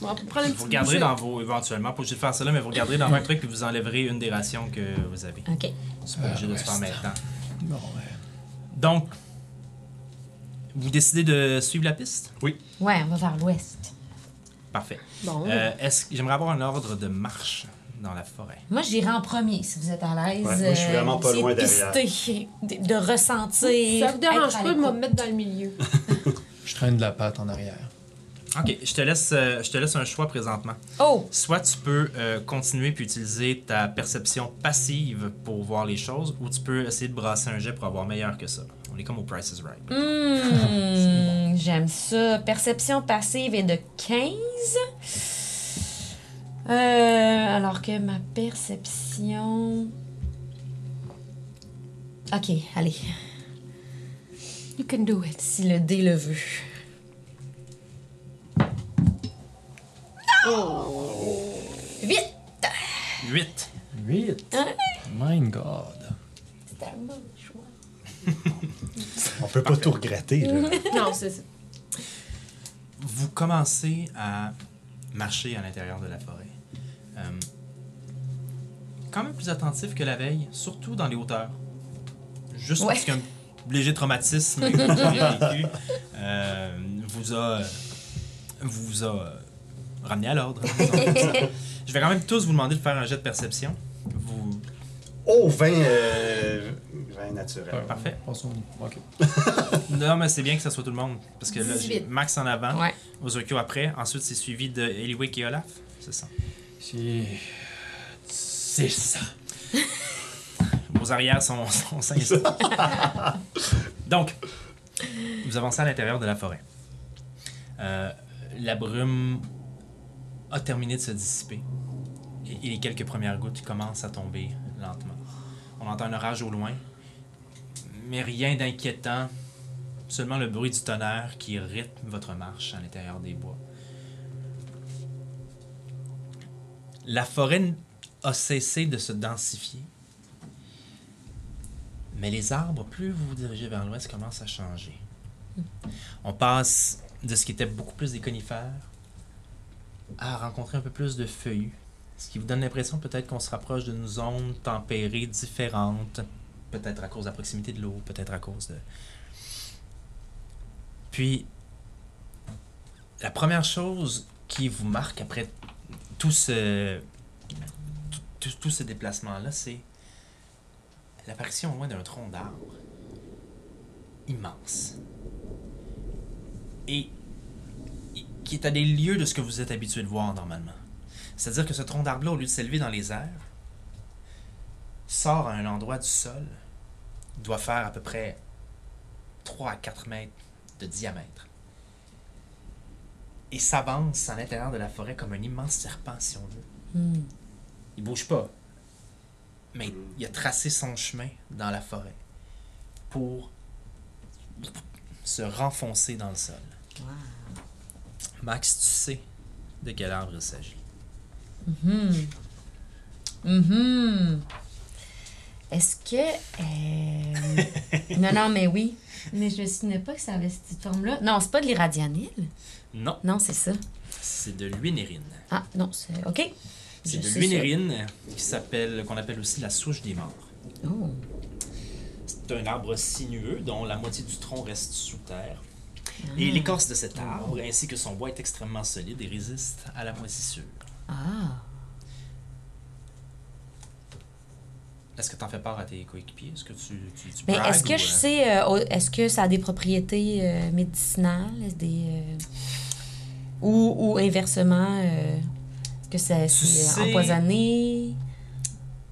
Speaker 2: Bon, on peut prendre un petit
Speaker 1: Vous regarderez
Speaker 2: bout, ça.
Speaker 1: dans vos. éventuellement, pas obligé de faire cela, mais vous regarderez dans vos trucs puis vous enlèverez une des rations que vous avez.
Speaker 4: OK.
Speaker 1: C'est pas obligé de se
Speaker 5: reste.
Speaker 1: faire maintenant.
Speaker 5: Bon, ben,
Speaker 1: Donc, vous décidez de suivre la piste
Speaker 4: Ouais, on va vers l'ouest.
Speaker 1: Parfait.
Speaker 2: Bon,
Speaker 1: Euh, est-ce que- J'aimerais avoir un ordre de marche dans la forêt.
Speaker 4: Moi, j'irai en premier, si vous êtes à l'aise.
Speaker 3: Ouais, moi, je suis
Speaker 4: euh,
Speaker 3: vraiment pas
Speaker 4: d'essayer
Speaker 3: loin
Speaker 4: de
Speaker 3: derrière.
Speaker 4: pister, de, de ressentir.
Speaker 2: ça vous dérange
Speaker 4: être à
Speaker 2: pas de me
Speaker 4: l'écoute.
Speaker 2: mettre dans le milieu.
Speaker 5: je traîne de la pâte en arrière.
Speaker 1: Ok, je te laisse, euh, je te laisse un choix présentement.
Speaker 4: Oh,
Speaker 1: Soit tu peux euh, continuer puis utiliser ta perception passive pour voir les choses, ou tu peux essayer de brasser un jet pour avoir meilleur que ça. On est comme au Price is Right.
Speaker 4: hmm, j'aime ça. Perception passive est de 15. Euh, alors que ma perception. OK, allez,
Speaker 2: You can do it.
Speaker 4: si le dé le veut. Vite!
Speaker 1: 8.
Speaker 5: 8.
Speaker 4: Hein?
Speaker 5: My God.
Speaker 4: C'était un bon choix.
Speaker 3: On peut pas tout regretter, là.
Speaker 2: Non, c'est ça.
Speaker 1: Vous commencez à marcher à l'intérieur de la forêt. Euh, quand même plus attentif que la veille, surtout dans les hauteurs. Juste
Speaker 4: Ouais.
Speaker 1: parce qu'un léger traumatisme que vous avez vécu euh, vous a, vous a euh, ramené à l'ordre. Je vais quand même tous vous demander de faire un jet de perception. Vous...
Speaker 3: Oh, vin, euh, vin naturel.
Speaker 1: Parfait.
Speaker 5: Passons. OK.
Speaker 1: Non, mais c'est bien que ça soit tout le monde. Parce que là, j'ai
Speaker 2: 18.
Speaker 1: Max en avant,
Speaker 4: Ouais.
Speaker 1: Ozokyo après. Ensuite, c'est suivi de Eliwick et Olaf. C'est ça.
Speaker 5: C'est. C'est ça.
Speaker 1: Vos arrières sont, sont cinq. Donc, vous avancez à l'intérieur de la forêt. Euh, la brume a terminé de se dissiper et, et les quelques premières gouttes commencent à tomber lentement. On entend un orage au loin, mais rien d'inquiétant, seulement le bruit du tonnerre qui rythme votre marche à l'intérieur des bois. La forêt a cessé de se densifier. Mais les arbres, plus vous vous dirigez vers l'ouest, commencent à changer. On passe de ce qui était beaucoup plus des conifères à rencontrer un peu plus de feuillus. Ce qui vous donne l'impression peut-être qu'on se rapproche d'une zone tempérée différente. Peut-être à cause de la proximité de l'eau, peut-être à cause de... Puis, la première chose qui vous marque après tout ce, tout- tout- tout ce déplacement-là, c'est l'apparition au loin d'un tronc d'arbre immense et et qui est à des lieux de ce que vous êtes habitué de voir normalement. C'est-à-dire que ce tronc d'arbre-là, au lieu de s'élever dans les airs, sort à un endroit du sol, doit faire à peu près 3 à 4 mètres de diamètre. Et s'avance à l'intérieur de la forêt comme un immense serpent, si on veut.
Speaker 4: Hmm.
Speaker 1: Il bouge pas. Mais il a tracé son chemin dans la forêt pour se renfoncer dans le sol. Max, tu sais de quel arbre il s'agit.
Speaker 4: Mhm. Est-ce que. euh, non, non, mais oui. Mais je me souvenais pas que ça avait cette forme-là. Non, c'est pas de l'irradianil.
Speaker 1: Non,
Speaker 4: Non, c'est ça.
Speaker 1: c'est de l'uinérine.
Speaker 4: Ah, non, c'est. OK.
Speaker 1: C'est
Speaker 4: Je
Speaker 1: de
Speaker 4: sais
Speaker 1: l'uinérine qui s'appelle, qu'on appelle aussi la souche des morts.
Speaker 4: ça. Oh.
Speaker 1: C'est un arbre sinueux dont la moitié du tronc reste sous terre.
Speaker 4: Ah.
Speaker 1: Et l'écorce de cet arbre, ainsi que son bois, est extrêmement solide et résiste à la moisissure.
Speaker 4: Ah.
Speaker 1: Est-ce que tu en fais part à tes coéquipiers? Est-ce que tu, tu, tu
Speaker 4: Mais
Speaker 1: bragues
Speaker 4: est-ce que
Speaker 1: ou,
Speaker 4: je
Speaker 1: euh,
Speaker 4: sais. euh, au- est-ce que ça a des propriétés euh, médicinales? est-ce Des, euh, ou, ou inversement, euh, est-ce que ça, c'est euh,
Speaker 1: sais-
Speaker 4: empoisonné?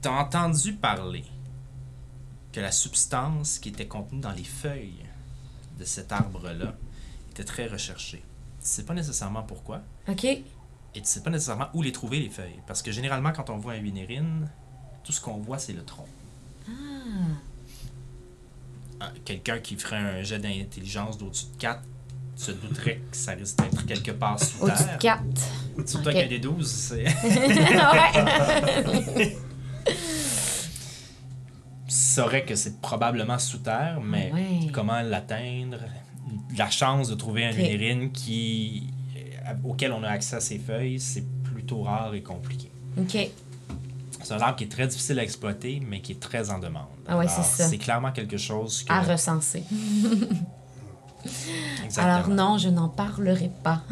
Speaker 1: T'as entendu parler que la substance qui était contenue dans les feuilles de cet arbre-là était très recherchée. Tu sais pas nécessairement pourquoi,
Speaker 4: OK.
Speaker 1: et tu sais pas nécessairement où les trouver, les feuilles. Parce que généralement, quand on voit un winérine, tout ce qu'on voit, c'est le tronc. Ah, Quelqu'un qui ferait un jet d'intelligence d'au-dessus de 4 se douterait que ça risque d'être quelque part sous
Speaker 4: Au-dessus de
Speaker 1: terre.
Speaker 4: 4.
Speaker 1: Surtout
Speaker 4: Ok.
Speaker 1: avec un des 12, c'est... saurait que c'est probablement sous terre, mais
Speaker 4: Ah Ouais.
Speaker 1: comment l'atteindre La chance de trouver un
Speaker 4: Ok.
Speaker 1: lunérine qui euh, auquel on a accès à ses feuilles, c'est plutôt rare et compliqué.
Speaker 4: OK.
Speaker 1: C'est un arbre qui est très difficile à exploiter, mais qui est très en demande.
Speaker 4: Ah ouais,
Speaker 1: Alors,
Speaker 4: c'est ça.
Speaker 1: C'est clairement quelque chose que.
Speaker 4: À recenser.
Speaker 1: Exactement.
Speaker 4: Alors non, je n'en parlerai pas.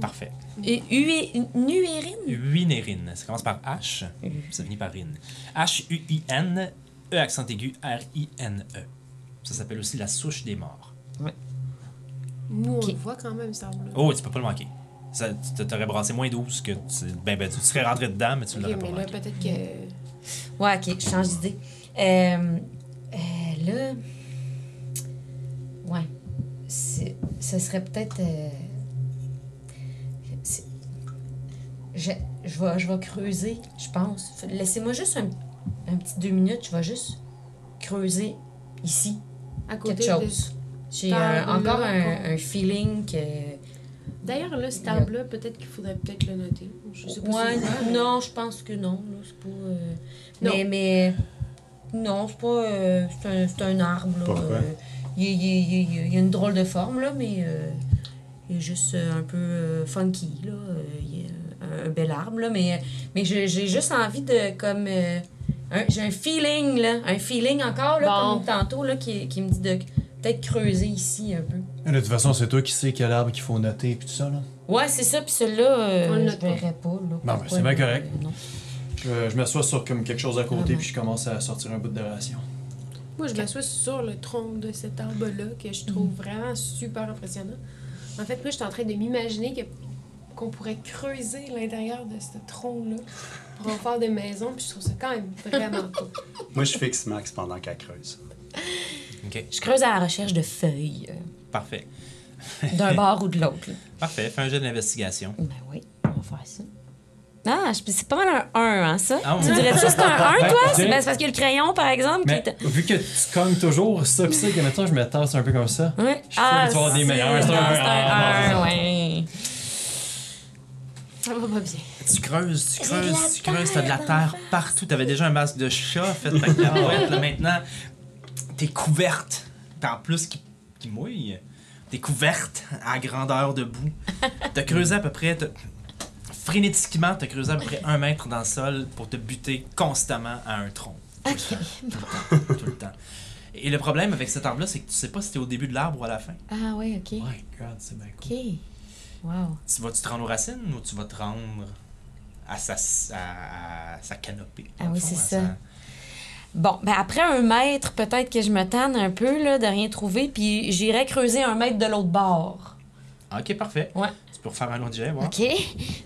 Speaker 1: Parfait.
Speaker 4: Et ué- Nuérine?
Speaker 1: Uinérine. Ça commence par H. Ça finit par Rine. H-U-I-N, E accent aigu, R-I-N-E. E. Ça s'appelle aussi la souche des morts.
Speaker 2: Nous, on
Speaker 4: Ok.
Speaker 2: le voit quand même, ça. on le-
Speaker 1: Oh, tu peux pas le manquer. Ça, tu t- t'aurais brassé moins 12 que tu, ben, ben, tu serais rentré dedans, mais tu
Speaker 2: Ok,
Speaker 1: l'aurais pas
Speaker 2: mais là,
Speaker 1: manqué.
Speaker 2: peut-être que.
Speaker 4: Ouais, OK, je change d'idée. Euh, euh, là... Ouais. C'est- Ce serait peut-être... euh, c'est- Je, je, vais, je vais creuser, je pense. F- Laissez-moi juste un, un petit deux minutes, je vais juste creuser ici
Speaker 2: À côté
Speaker 4: quelque
Speaker 2: de-
Speaker 4: chose. J'ai
Speaker 2: Dans
Speaker 4: un-
Speaker 2: le-
Speaker 4: encore un, un feeling que...
Speaker 2: D'ailleurs, là, cet arbre-là, peut-être qu'il faudrait peut-être le noter. Je sais pas
Speaker 4: Ouais,
Speaker 2: si c'est vrai.
Speaker 4: non, je pense que non. là, c'est pas. euh,
Speaker 2: Non.
Speaker 4: Mais, mais. Non, c'est pas. euh, c'est, un, c'est un arbre. Là,
Speaker 3: Pourquoi?
Speaker 4: euh, il, il- il- il- il a une drôle de forme, là, mais. euh, il est juste euh, un peu euh, funky, là. euh, il est un, un bel arbre, là. Mais, mais je- j'ai juste envie de. comme euh, un- J'ai un feeling, là. Un feeling encore, là,
Speaker 2: Bon.
Speaker 4: comme tantôt, là, qui, qui me dit de peut-être creuser ici un peu.
Speaker 5: De toute façon, c'est toi qui sais quel arbre qu'il faut noter et tout ça. Là.
Speaker 4: Ouais, c'est ça, puis celui-là, euh,
Speaker 2: On le
Speaker 4: je
Speaker 2: note pas.
Speaker 4: verrais pas, là.
Speaker 5: ben,
Speaker 4: Pourquoi,
Speaker 5: c'est bien
Speaker 4: là,
Speaker 5: correct.
Speaker 4: euh, non.
Speaker 5: Je, je m'assois sur comme quelque chose à côté
Speaker 4: Ah,
Speaker 5: puis je commence à sortir un bout de ration.
Speaker 2: Moi, je m'assois sur le tronc de cet arbre-là que je trouve vraiment super impressionnant. En fait, moi, je suis en train de m'imaginer que- qu'on pourrait creuser l'intérieur de ce tronc-là pour en faire des maisons, puis je trouve ça quand même vraiment cool.
Speaker 3: Moi, je fixe Max pendant qu'elle creuse.
Speaker 1: Ok,
Speaker 4: Je creuse à la recherche de feuilles,
Speaker 1: parfait.
Speaker 4: euh, d'un bord ou de l'autre. là.
Speaker 1: Parfait, fais un jeu d'investigation.
Speaker 4: Ben oui, on va faire ça. Ah, je- c'est pas mal un 1, hein, ça?
Speaker 1: Ah,
Speaker 4: tu
Speaker 1: oui.
Speaker 4: dirais ça, c'est un 1,
Speaker 5: Ben,
Speaker 4: toi?
Speaker 5: je
Speaker 4: C'est
Speaker 5: dirais-
Speaker 4: ben, c'est parce que le crayon, par exemple,
Speaker 5: Mais
Speaker 4: qui est...
Speaker 5: vu que tu cognes toujours ça pis ça, que maintenant je me tasse un peu comme ça.
Speaker 4: Ouais.
Speaker 5: Je suis sûr que tu vas avoir des
Speaker 4: c'est-
Speaker 5: meilleurs, c'est un
Speaker 4: non,
Speaker 5: un,
Speaker 4: c'est
Speaker 5: ah,
Speaker 4: un 1, ouais.
Speaker 2: Ça va pas bien.
Speaker 1: Tu creuses, tu
Speaker 4: J'ai de la
Speaker 1: creuses, tu creuses,
Speaker 4: terre
Speaker 1: t'as de la
Speaker 4: dans
Speaker 1: terre partout. T'avais déjà un masque de chat fait par cacahuète,
Speaker 5: Ah.
Speaker 1: là maintenant, t'es couverte. T'as en plus qui, qui mouille. T'es couverte à grandeur debout. T'as creusé à peu près, t'as- frénétiquement, t'as creusé à peu près un mètre dans le sol pour te buter constamment à un tronc.
Speaker 4: Ok.
Speaker 1: tout le temps. Et le problème avec cet arbre-là, c'est que tu sais pas si t'es au début de l'arbre ou à la fin.
Speaker 4: Ah ouais, ok.
Speaker 5: My god, c'est bien cool.
Speaker 4: Ok. Wow.
Speaker 1: Tu vas-tu te rendre aux racines ou tu vas te rendre à sa, à, à sa canopée?
Speaker 4: Ah
Speaker 1: dans le
Speaker 4: oui,
Speaker 1: fond,
Speaker 4: c'est
Speaker 1: à
Speaker 4: ça.
Speaker 1: sa-
Speaker 4: Bon, ben après un mètre, peut-être que je me tanne un peu là, de rien trouver, puis j'irai creuser un mètre de l'autre bord.
Speaker 1: Ah, ok, parfait.
Speaker 4: Ouais.
Speaker 1: Tu peux refaire un autre jet, voir.
Speaker 4: Ok. Oui!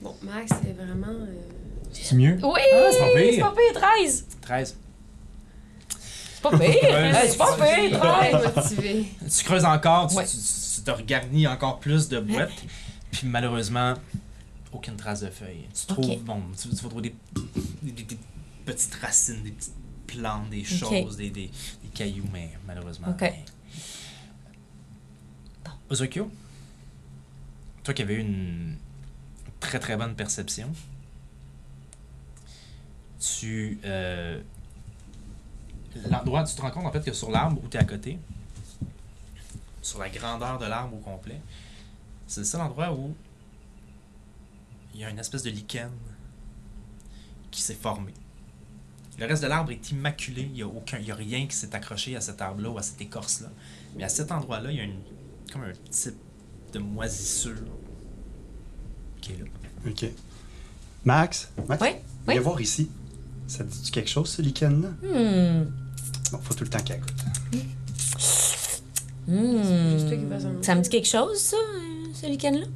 Speaker 2: Bon, Max, c'est vraiment... euh,
Speaker 5: C'est mieux?
Speaker 4: Oui!
Speaker 5: Ah, c'est pas pire.
Speaker 4: c'est pas pire, 13!
Speaker 1: 13.
Speaker 4: C'est pas pire.
Speaker 1: Ouais.
Speaker 4: hein, C'est pas pire.
Speaker 2: Très
Speaker 4: ouais.
Speaker 2: motivé.
Speaker 1: Tu creuses encore, tu,
Speaker 4: Ouais.
Speaker 1: tu- tu te regarnis encore plus de boîtes, puis malheureusement, aucune trace de feuilles. Tu
Speaker 4: Ok.
Speaker 1: trouves, bon, tu, tu vas trouver des, des- des petites racines, des petites plantes, des choses, des, des- des cailloux, mais malheureusement.
Speaker 4: Ok.
Speaker 1: rien.
Speaker 4: Bon.
Speaker 1: Ozokyo, toi qui avais eu une très très bonne perception, tu. euh, L'endroit où tu te rends compte, en fait, que sur l'arbre où tu es à côté, sur la grandeur de l'arbre au complet, c'est le seul endroit où il y a une espèce de lichen qui s'est formé. Le reste de l'arbre est immaculé, il n'y a, aucun- il y a rien qui s'est accroché à cet arbre-là ou à cette écorce-là. Mais à cet endroit-là, il y a une, comme un type de moisissure qui est là.
Speaker 3: OK. Max, Max,
Speaker 4: Oui, oui.
Speaker 3: viens voir ici. Ça te dit quelque chose, ce lichen-là?
Speaker 4: Hmm.
Speaker 3: Bon, faut tout le temps qu'elle goûte.
Speaker 4: Hmm.
Speaker 2: C'est juste toi qui vas en-
Speaker 4: Ça me dit quelque chose, ça, euh, ce lichen-là?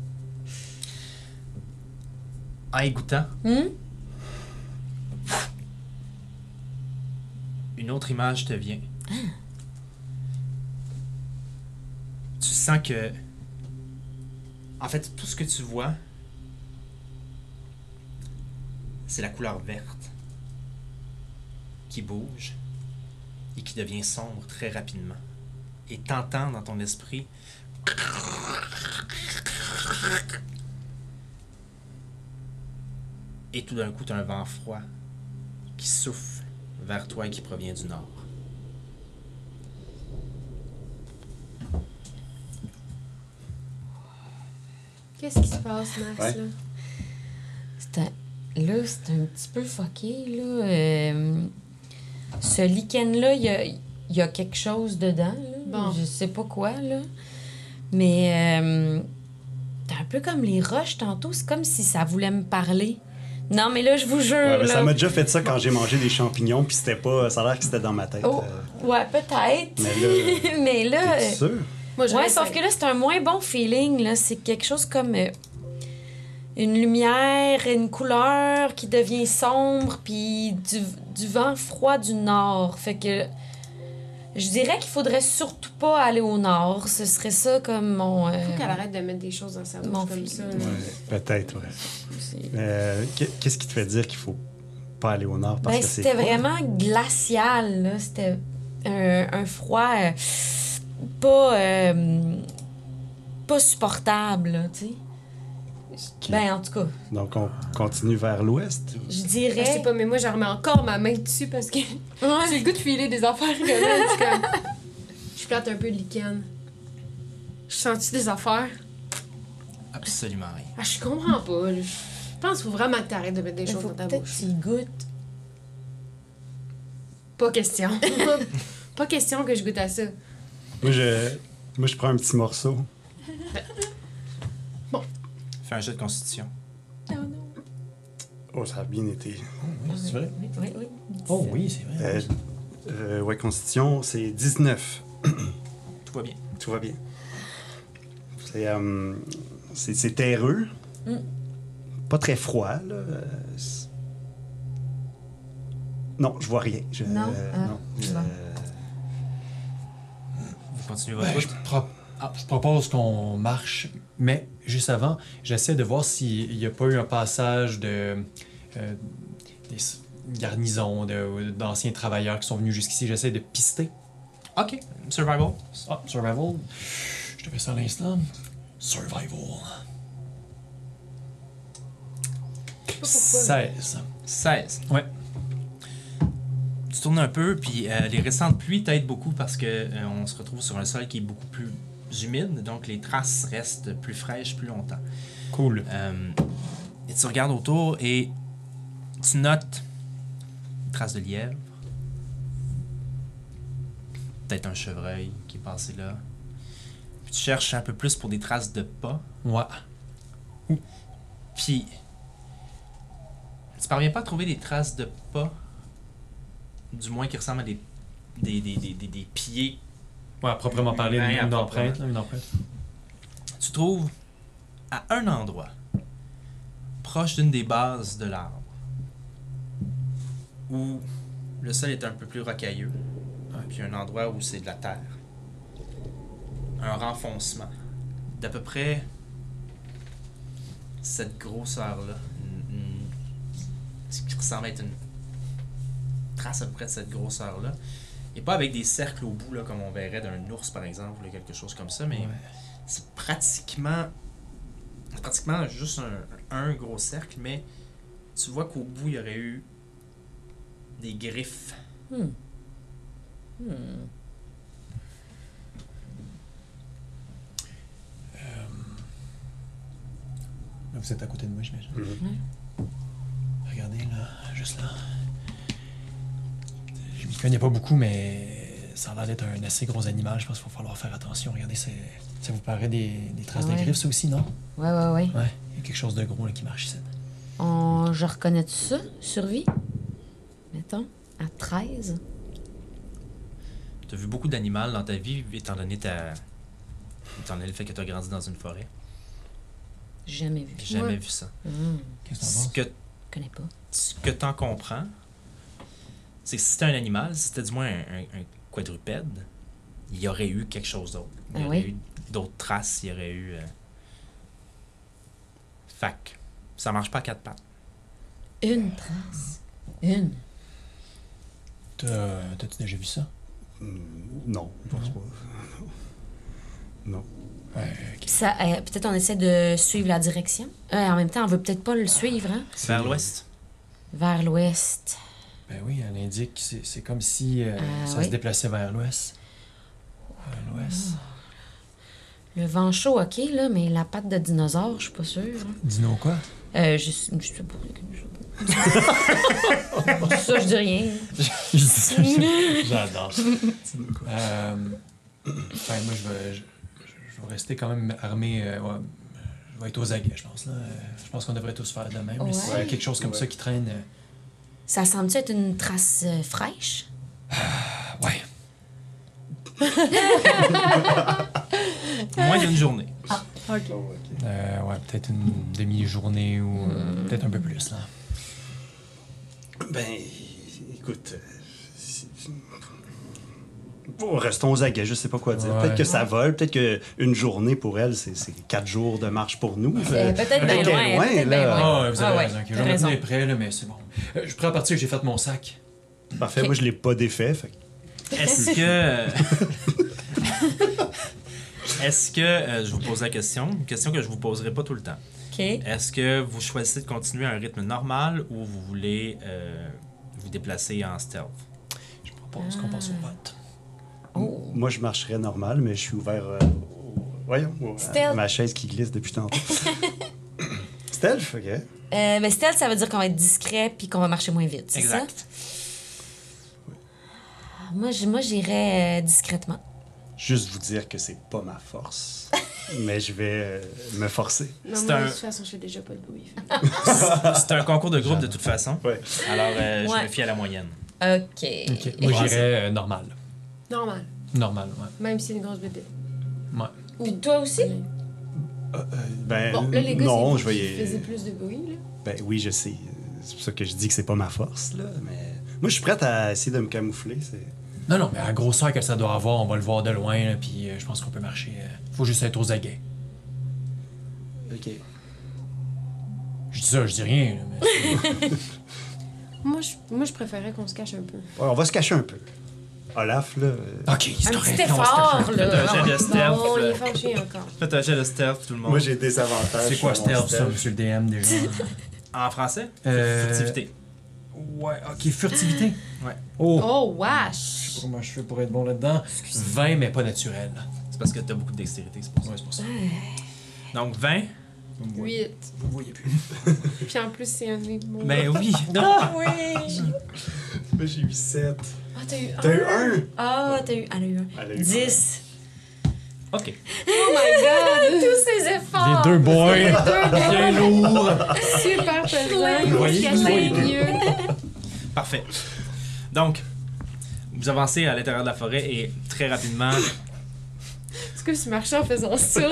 Speaker 1: En égouttant,
Speaker 4: Hmm?
Speaker 1: une autre image te vient. Tu sens que. En fait, tout ce que tu vois, c'est la couleur verte qui bouge et qui devient sombre très rapidement. Et t'entends dans ton esprit Et tout d'un coup, t'as un vent froid qui souffle vers toi et qui provient du nord.
Speaker 2: Qu'est-ce qui se passe, Max,
Speaker 3: Ouais.
Speaker 2: là?
Speaker 4: C'est un- Là, c'est un petit peu fucké, là. Euh, Ce lichen-là, il y a... il y a quelque chose dedans, là.
Speaker 2: Bon.
Speaker 4: Je sais pas quoi, là. Mais euh, c'est un peu comme les roches tantôt. C'est comme si ça voulait me parler. Non, mais là, je vous jure,
Speaker 3: Ouais, ben,
Speaker 4: Euh, là...
Speaker 3: ça m'a déjà fait ça quand j'ai mangé des champignons, puis c'était pas. Ça a l'air que c'était dans ma tête.
Speaker 4: Oh,
Speaker 3: euh,
Speaker 4: ouais, peut-être.
Speaker 3: mais là,
Speaker 4: Mais là...
Speaker 3: t'es
Speaker 4: euh,
Speaker 3: sûr?
Speaker 2: Moi, je
Speaker 4: Ouais,
Speaker 2: reste
Speaker 4: sauf
Speaker 2: avec-
Speaker 4: que là, c'est un moins bon feeling. là. C'est quelque chose comme euh, une lumière, une couleur qui devient sombre, puis du, du vent froid du nord. Fait que je dirais qu'il faudrait surtout pas aller au nord. Ce serait ça comme mon. euh,
Speaker 2: Faut qu'elle arrête de mettre des choses dans sa bouche
Speaker 4: Mon
Speaker 2: comme
Speaker 4: fils.
Speaker 2: ça. là.
Speaker 3: Peut-être, ouais.
Speaker 4: c'est-
Speaker 3: Euh, qu'est- Qu'est-ce qui te fait dire qu'il faut pas aller au nord parce
Speaker 4: Ben,
Speaker 3: que c'est.
Speaker 4: c'était
Speaker 3: froid?
Speaker 4: vraiment glacial. là. C'était un, un froid euh, pas. euh, pas supportable, là, tu sais.
Speaker 3: Ok.
Speaker 4: Ben, en tout cas,
Speaker 3: Donc, on continue vers l'ouest.
Speaker 4: je
Speaker 2: Je sais
Speaker 4: dirais.
Speaker 2: Ben, pas, mais moi, je remets encore ma main dessus parce que j'ai
Speaker 4: Ouais.
Speaker 2: le goût de filer des affaires. que là, je suis comme- Je plante un peu de lichen. Je sens-tu des affaires?
Speaker 1: Absolument rien.
Speaker 2: Ah, je comprends pas. là. Je pense qu'il faut vraiment que t'arrêtes de mettre des
Speaker 4: Mais
Speaker 2: choses
Speaker 4: faut
Speaker 2: dans ta
Speaker 4: peut-être que
Speaker 2: bouche.
Speaker 4: tu y goûtes.
Speaker 2: Pas question. pas question que je goûte à ça.
Speaker 3: Moi, je, moi, je prends un petit morceau.
Speaker 1: Fais un jeu de constitution.
Speaker 2: Ah
Speaker 4: Non, non.
Speaker 3: Oh, ça a bien été.
Speaker 5: Oui, Ah, c'est vrai.
Speaker 4: Oui, oui, oui.
Speaker 5: Oh oui, c'est
Speaker 3: Euh,
Speaker 5: vrai.
Speaker 3: euh, ouais, Constitution, c'est 19.
Speaker 1: Tout va bien.
Speaker 3: Tout va bien. C'est, euh, c'est, c'est terreux.
Speaker 4: Mm.
Speaker 3: Pas très froid, là. Euh, c'est- Non, je vois rien. Je- euh,
Speaker 4: Non? Ah, bon.
Speaker 1: Vous continuez votre
Speaker 5: Ben, je,
Speaker 1: route.
Speaker 5: pro- ah, je propose qu'on marche, mais juste avant, j'essaie de voir s'il n'y a pas eu un passage de euh, des s- garnisons, de- d'anciens travailleurs qui sont venus jusqu'ici. J'essaie de pister.
Speaker 1: Ok, survival.
Speaker 5: Ah, survival. Je te fais ça à l'instant. Survival.
Speaker 2: Je sais pas pourquoi.
Speaker 5: 16.
Speaker 1: 16.
Speaker 5: Ouais.
Speaker 1: Tu tournes un peu, puis euh, les récentes pluies t'aident beaucoup parce que euh, on se retrouve sur un sol qui est beaucoup plus humide, donc les traces restent plus fraîches plus longtemps.
Speaker 5: Cool.
Speaker 1: Euh, et tu regardes autour et tu notes une trace de lièvre. Peut-être un chevreuil qui est passé là. Puis tu cherches un peu plus pour des traces de pas.
Speaker 5: Ouais.
Speaker 1: Puis, tu parviens pas à trouver des traces de pas, du moins qui ressemblent à des, des, des, des, des- des pieds.
Speaker 5: Ouais, à proprement parler,
Speaker 1: Ouais, à
Speaker 5: une, une
Speaker 1: proprement.
Speaker 5: empreinte. là, une empreinte.
Speaker 1: Tu trouves à un endroit, proche d'une des bases de l'arbre, où le sol est un peu plus rocailleux. hein,
Speaker 5: Ok.
Speaker 1: puis un endroit où c'est de la terre. Un renfoncement d'à peu près cette grosseur-là. Une- une- Ce qui ressemble à être une trace à peu près de cette grosseur-là. Et pas avec des cercles au bout, là, comme on verrait d'un ours, par exemple, ou quelque chose comme ça, mais c'est pratiquement c'est pratiquement juste un, un gros cercle, mais tu vois qu'au bout, il y aurait eu des griffes.
Speaker 5: Là, Ah, vous êtes à côté de moi, j'imagine.
Speaker 3: Mhm.
Speaker 5: Regardez, là, juste là. Je m'y connais pas beaucoup, mais ça a l'air d'être un assez gros animal. Je pense qu'il va falloir faire attention. Regardez, c'est- ça vous paraît des, des traces
Speaker 4: Ouais.
Speaker 5: de griffes, ça aussi, non?
Speaker 4: Ouais, ouais, ouais.
Speaker 5: Ouais. Il y a quelque chose de gros là, qui marche ici.
Speaker 4: On... Je reconnais tout ça, survie. Mettons, à 13.
Speaker 1: Tu as vu beaucoup d'animaux dans ta vie, étant donné, ta, étant donné le fait que tu as grandi dans une forêt.
Speaker 4: J'ai Jamais vu.
Speaker 1: J'ai jamais
Speaker 2: Ouais.
Speaker 1: vu ça.
Speaker 4: Hum,
Speaker 5: Qu'est-ce que t'en
Speaker 1: Ce
Speaker 5: penses?
Speaker 1: que,
Speaker 4: je connais pas.
Speaker 1: ce que tu en comprends, c'est que si c'était un animal, si c'était du moins un, un- un quadrupède, il y aurait eu quelque chose d'autre. Il y
Speaker 4: Ah
Speaker 1: aurait
Speaker 4: oui?
Speaker 1: eu d'autres traces, il y aurait eu. euh, Fac. Ça marche pas à quatre pattes.
Speaker 4: Une trace. Une.
Speaker 5: T'as- T'as-tu déjà vu ça?
Speaker 3: Hmm, Non, je pense pas. Non.
Speaker 5: Ouais, ok.
Speaker 4: Puis ça, euh, peut-être on essaie de suivre la direction. Euh, en même temps, on veut peut-être pas le suivre, hein?
Speaker 1: Vers l'ouest.
Speaker 4: Vers l'ouest.
Speaker 5: Ben oui, elle indique que c'est c'est comme si euh,
Speaker 4: Ah,
Speaker 5: ça
Speaker 4: oui.
Speaker 5: se déplaçait vers l'ouest. Vers l'ouest.
Speaker 4: Le vent chaud, ok, là, mais la patte de dinosaure, je suis pas sûre. hein.
Speaker 5: Dis-nous quoi?
Speaker 4: Euh, je, suis- je sais pas. je sais pas. ça, je dis rien.
Speaker 5: J'adore ça. Euh, enfin, moi, je vais, je, je vais rester quand même armé. euh, ouais, je vais être aux aguets, je pense. Là. Euh, Je pense qu'on devrait tous faire de même.
Speaker 4: Ouais.
Speaker 5: Mais s'il y a quelque chose comme
Speaker 3: Ouais.
Speaker 5: ça qui traîne. euh,
Speaker 4: Ça semble-tu être une trace euh, fraîche?
Speaker 5: ah, ouais.
Speaker 1: Moins d'une journée.
Speaker 4: Ah,
Speaker 5: Euh, ouais, peut-être une demi-journée ou
Speaker 4: Hmm.
Speaker 5: euh, peut-être un peu plus. Là.
Speaker 3: Ben, écoute. euh, c'est- Bon, restons aux aguets, je sais pas quoi dire.
Speaker 5: Ouais.
Speaker 3: Peut-être que ça vole, peut-être qu'une journée pour elle, c'est c'est quatre jours de marche pour nous.
Speaker 4: Euh,
Speaker 3: Euh,
Speaker 4: peut-être bien
Speaker 3: qu'elle
Speaker 4: loin.
Speaker 3: est loin,
Speaker 4: peut-être
Speaker 3: là.
Speaker 4: bien loin.
Speaker 5: Ah, ouais, vous avez
Speaker 4: Ah ouais,
Speaker 5: raison. ok,
Speaker 4: t'as
Speaker 5: je vais me
Speaker 4: raison.
Speaker 5: tenir prêt, là, mais c'est bon. Euh, je prends à partir, j'ai fait mon sac.
Speaker 3: Parfait, moi je l'ai pas défait. fait que-
Speaker 1: Est-ce que. euh, Est-ce que. euh, je vous pose la question, une question que je vous poserai pas tout le temps.
Speaker 4: OK.
Speaker 1: Est-ce que vous choisissez de continuer à un rythme normal ou vous voulez euh, vous déplacer en stealth
Speaker 5: Je propose qu'on passe au vote.
Speaker 3: Moi je marcherais normal, mais je suis ouvert euh, au- Voyons, au- à
Speaker 4: Stealth.
Speaker 3: ma chaise qui glisse depuis tantôt. Stealth, ok.
Speaker 4: Euh, mais stealth, ça veut dire qu'on va être discret puis qu'on va marcher moins vite, c'est ça? Ah,
Speaker 1: Exact.
Speaker 4: Moi, j'- moi j'irais euh, discrètement.
Speaker 3: Juste vous dire que c'est pas ma force, mais je vais euh, me forcer.
Speaker 2: Non,
Speaker 1: C'est
Speaker 2: moi,
Speaker 1: un-
Speaker 2: de toute façon, je fais déjà pas de bruit. fait que-
Speaker 1: C'est un concours de groupe de toute façon.
Speaker 3: Ouais.
Speaker 1: Alors, euh, je
Speaker 4: Ouais.
Speaker 1: me fie à la moyenne.
Speaker 4: OK.
Speaker 5: Ok. Moi, j'irais euh, normal.
Speaker 2: Normal.
Speaker 5: Normal, ouais.
Speaker 2: Même si c'est une grosse bébé.
Speaker 5: ouais.
Speaker 4: Puis toi aussi?
Speaker 5: Ah, euh,
Speaker 3: Ben,
Speaker 2: Bon, là, les gars,
Speaker 3: non,
Speaker 2: c'est
Speaker 3: je
Speaker 2: vous
Speaker 3: vais
Speaker 2: qui
Speaker 3: y-
Speaker 2: faisiez plus de bruit, là.
Speaker 3: Ben oui, je sais. C'est pour ça que je dis que c'est pas ma force, là. Mais moi, je suis prête à essayer de me camoufler. C'est...
Speaker 5: Non, non, mais à la grosseur que ça doit avoir, on va le voir de loin, là, puis euh, je pense qu'on peut marcher. euh, faut juste être aux aguets.
Speaker 3: OK.
Speaker 5: Je dis ça, je dis rien, là, mais
Speaker 2: Moi, je, moi, je préférais qu'on se cache un peu.
Speaker 3: on va se cacher un peu. Olaf, là... euh,
Speaker 5: OK, c'est
Speaker 4: Un
Speaker 5: correct.
Speaker 4: petit
Speaker 5: on se cache.
Speaker 4: effort, là.
Speaker 1: Faites un jet de stealth.
Speaker 2: Non, il est
Speaker 1: euh,
Speaker 2: fâché encore.
Speaker 1: Faites un jet de stealth, tout le monde.
Speaker 3: Moi, j'ai des avantages.
Speaker 5: C'est quoi
Speaker 3: sur mon
Speaker 5: stealth, ça, monsieur le DM, déjà?
Speaker 1: En français
Speaker 5: Euh,
Speaker 1: Furtivité.
Speaker 5: ouais, OK, furtivité.
Speaker 1: Ouais.
Speaker 5: Oh,
Speaker 2: Oh, wesh!
Speaker 5: comment je fais pour être bon là-dedans? 20, mais pas naturel.
Speaker 1: C'est parce que t'as beaucoup de dextérité, c'est pour ça.
Speaker 5: Ouais, c'est pour ça.
Speaker 1: Donc 20.
Speaker 2: 8.
Speaker 5: Vous voyez plus.
Speaker 2: Puis en plus, c'est un des mots.
Speaker 1: Ben oui.
Speaker 4: Ah oui!
Speaker 3: Moi, j'ai eu 7.
Speaker 4: Ah, t'as eu
Speaker 3: T'as eu un?
Speaker 4: Ah, t'as eu... Elle a eu un.
Speaker 3: Elle a eu un.
Speaker 4: 10.
Speaker 1: Ok.
Speaker 4: Tous ces efforts!
Speaker 5: Les deux boys, bien lourds.
Speaker 4: Hein?
Speaker 2: Super pesant.
Speaker 5: Vous voyez,
Speaker 2: Caché
Speaker 5: vous voyez.
Speaker 2: mieux.
Speaker 1: Parfait. Donc, vous avancez à l'intérieur de la forêt et très rapidement,
Speaker 2: Est-ce que tu marchais en faisant ça?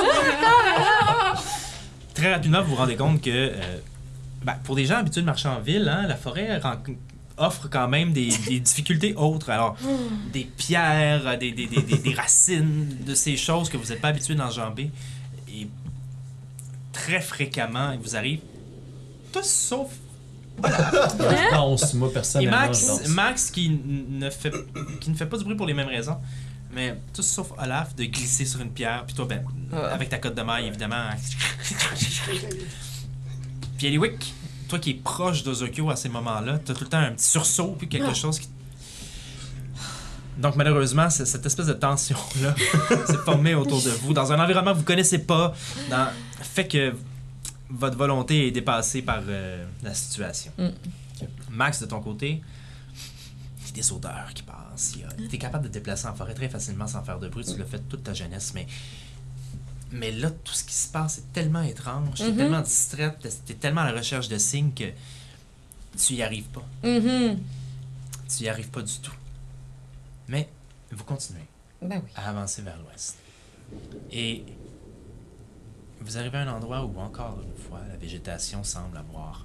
Speaker 1: très rapidement, vous vous rendez compte que euh, ben, pour des gens habitués de marcher en ville, hein, la forêt ren- offre quand même des, des difficultés autres. Alors, des pierres, des, des, des- des- des racines, de ces choses que vous n'êtes pas habitué d'enjamber. Et très fréquemment, il vous arrive tous sauf
Speaker 5: Je danse, moi,
Speaker 1: et
Speaker 5: personnellement. je
Speaker 1: Max,
Speaker 5: danse.
Speaker 1: Max qui, n- ne fait, qui ne fait pas du bruit pour les mêmes raisons, mais tout sauf Olaf de glisser sur une pierre, puis toi, ben,
Speaker 4: Ah.
Speaker 1: avec ta cote de maille, évidemment. puis Eliwick, toi qui es proche d'Ozokyo à ces moments-là, t'as tout le temps un petit sursaut, puis quelque chose qui. Donc malheureusement, c'est- cette espèce de tension-là s'est formée autour de vous, dans un environnement que vous connaissez pas, dans- fait que votre volonté est dépassée par euh, la situation.
Speaker 4: Mm.
Speaker 1: Max, de ton côté, il y a des odeurs qui passent. Tu es capable de te déplacer en forêt très facilement sans faire de bruit. Tu l'as fait toute ta jeunesse, mais. Mais là, tout ce qui se passe est tellement étrange, t'es
Speaker 4: Mhm.
Speaker 1: tellement distraite, t'es- t'es tellement à la recherche de signes que tu y arrives pas.
Speaker 4: Mhm.
Speaker 1: Tu y arrives pas du tout. Mais vous continuez
Speaker 4: Ben oui.
Speaker 1: à avancer vers l'ouest. Et vous arrivez à un endroit où, encore une fois, la végétation semble avoir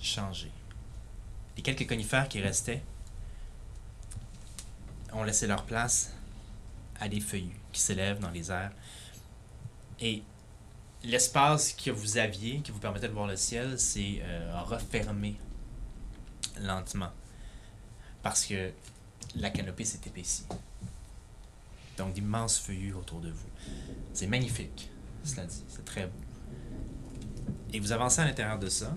Speaker 1: changé. Les quelques conifères qui restaient ont laissé leur place à des feuillus qui s'élèvent dans les airs. Et l'espace que vous aviez, qui vous permettait de voir le ciel, s'est euh, refermé lentement. Parce que la canopée s'est épaissie. Donc d'immenses feuillus autour de vous. C'est magnifique, cela dit. C'est très beau. Et vous avancez à l'intérieur de ça.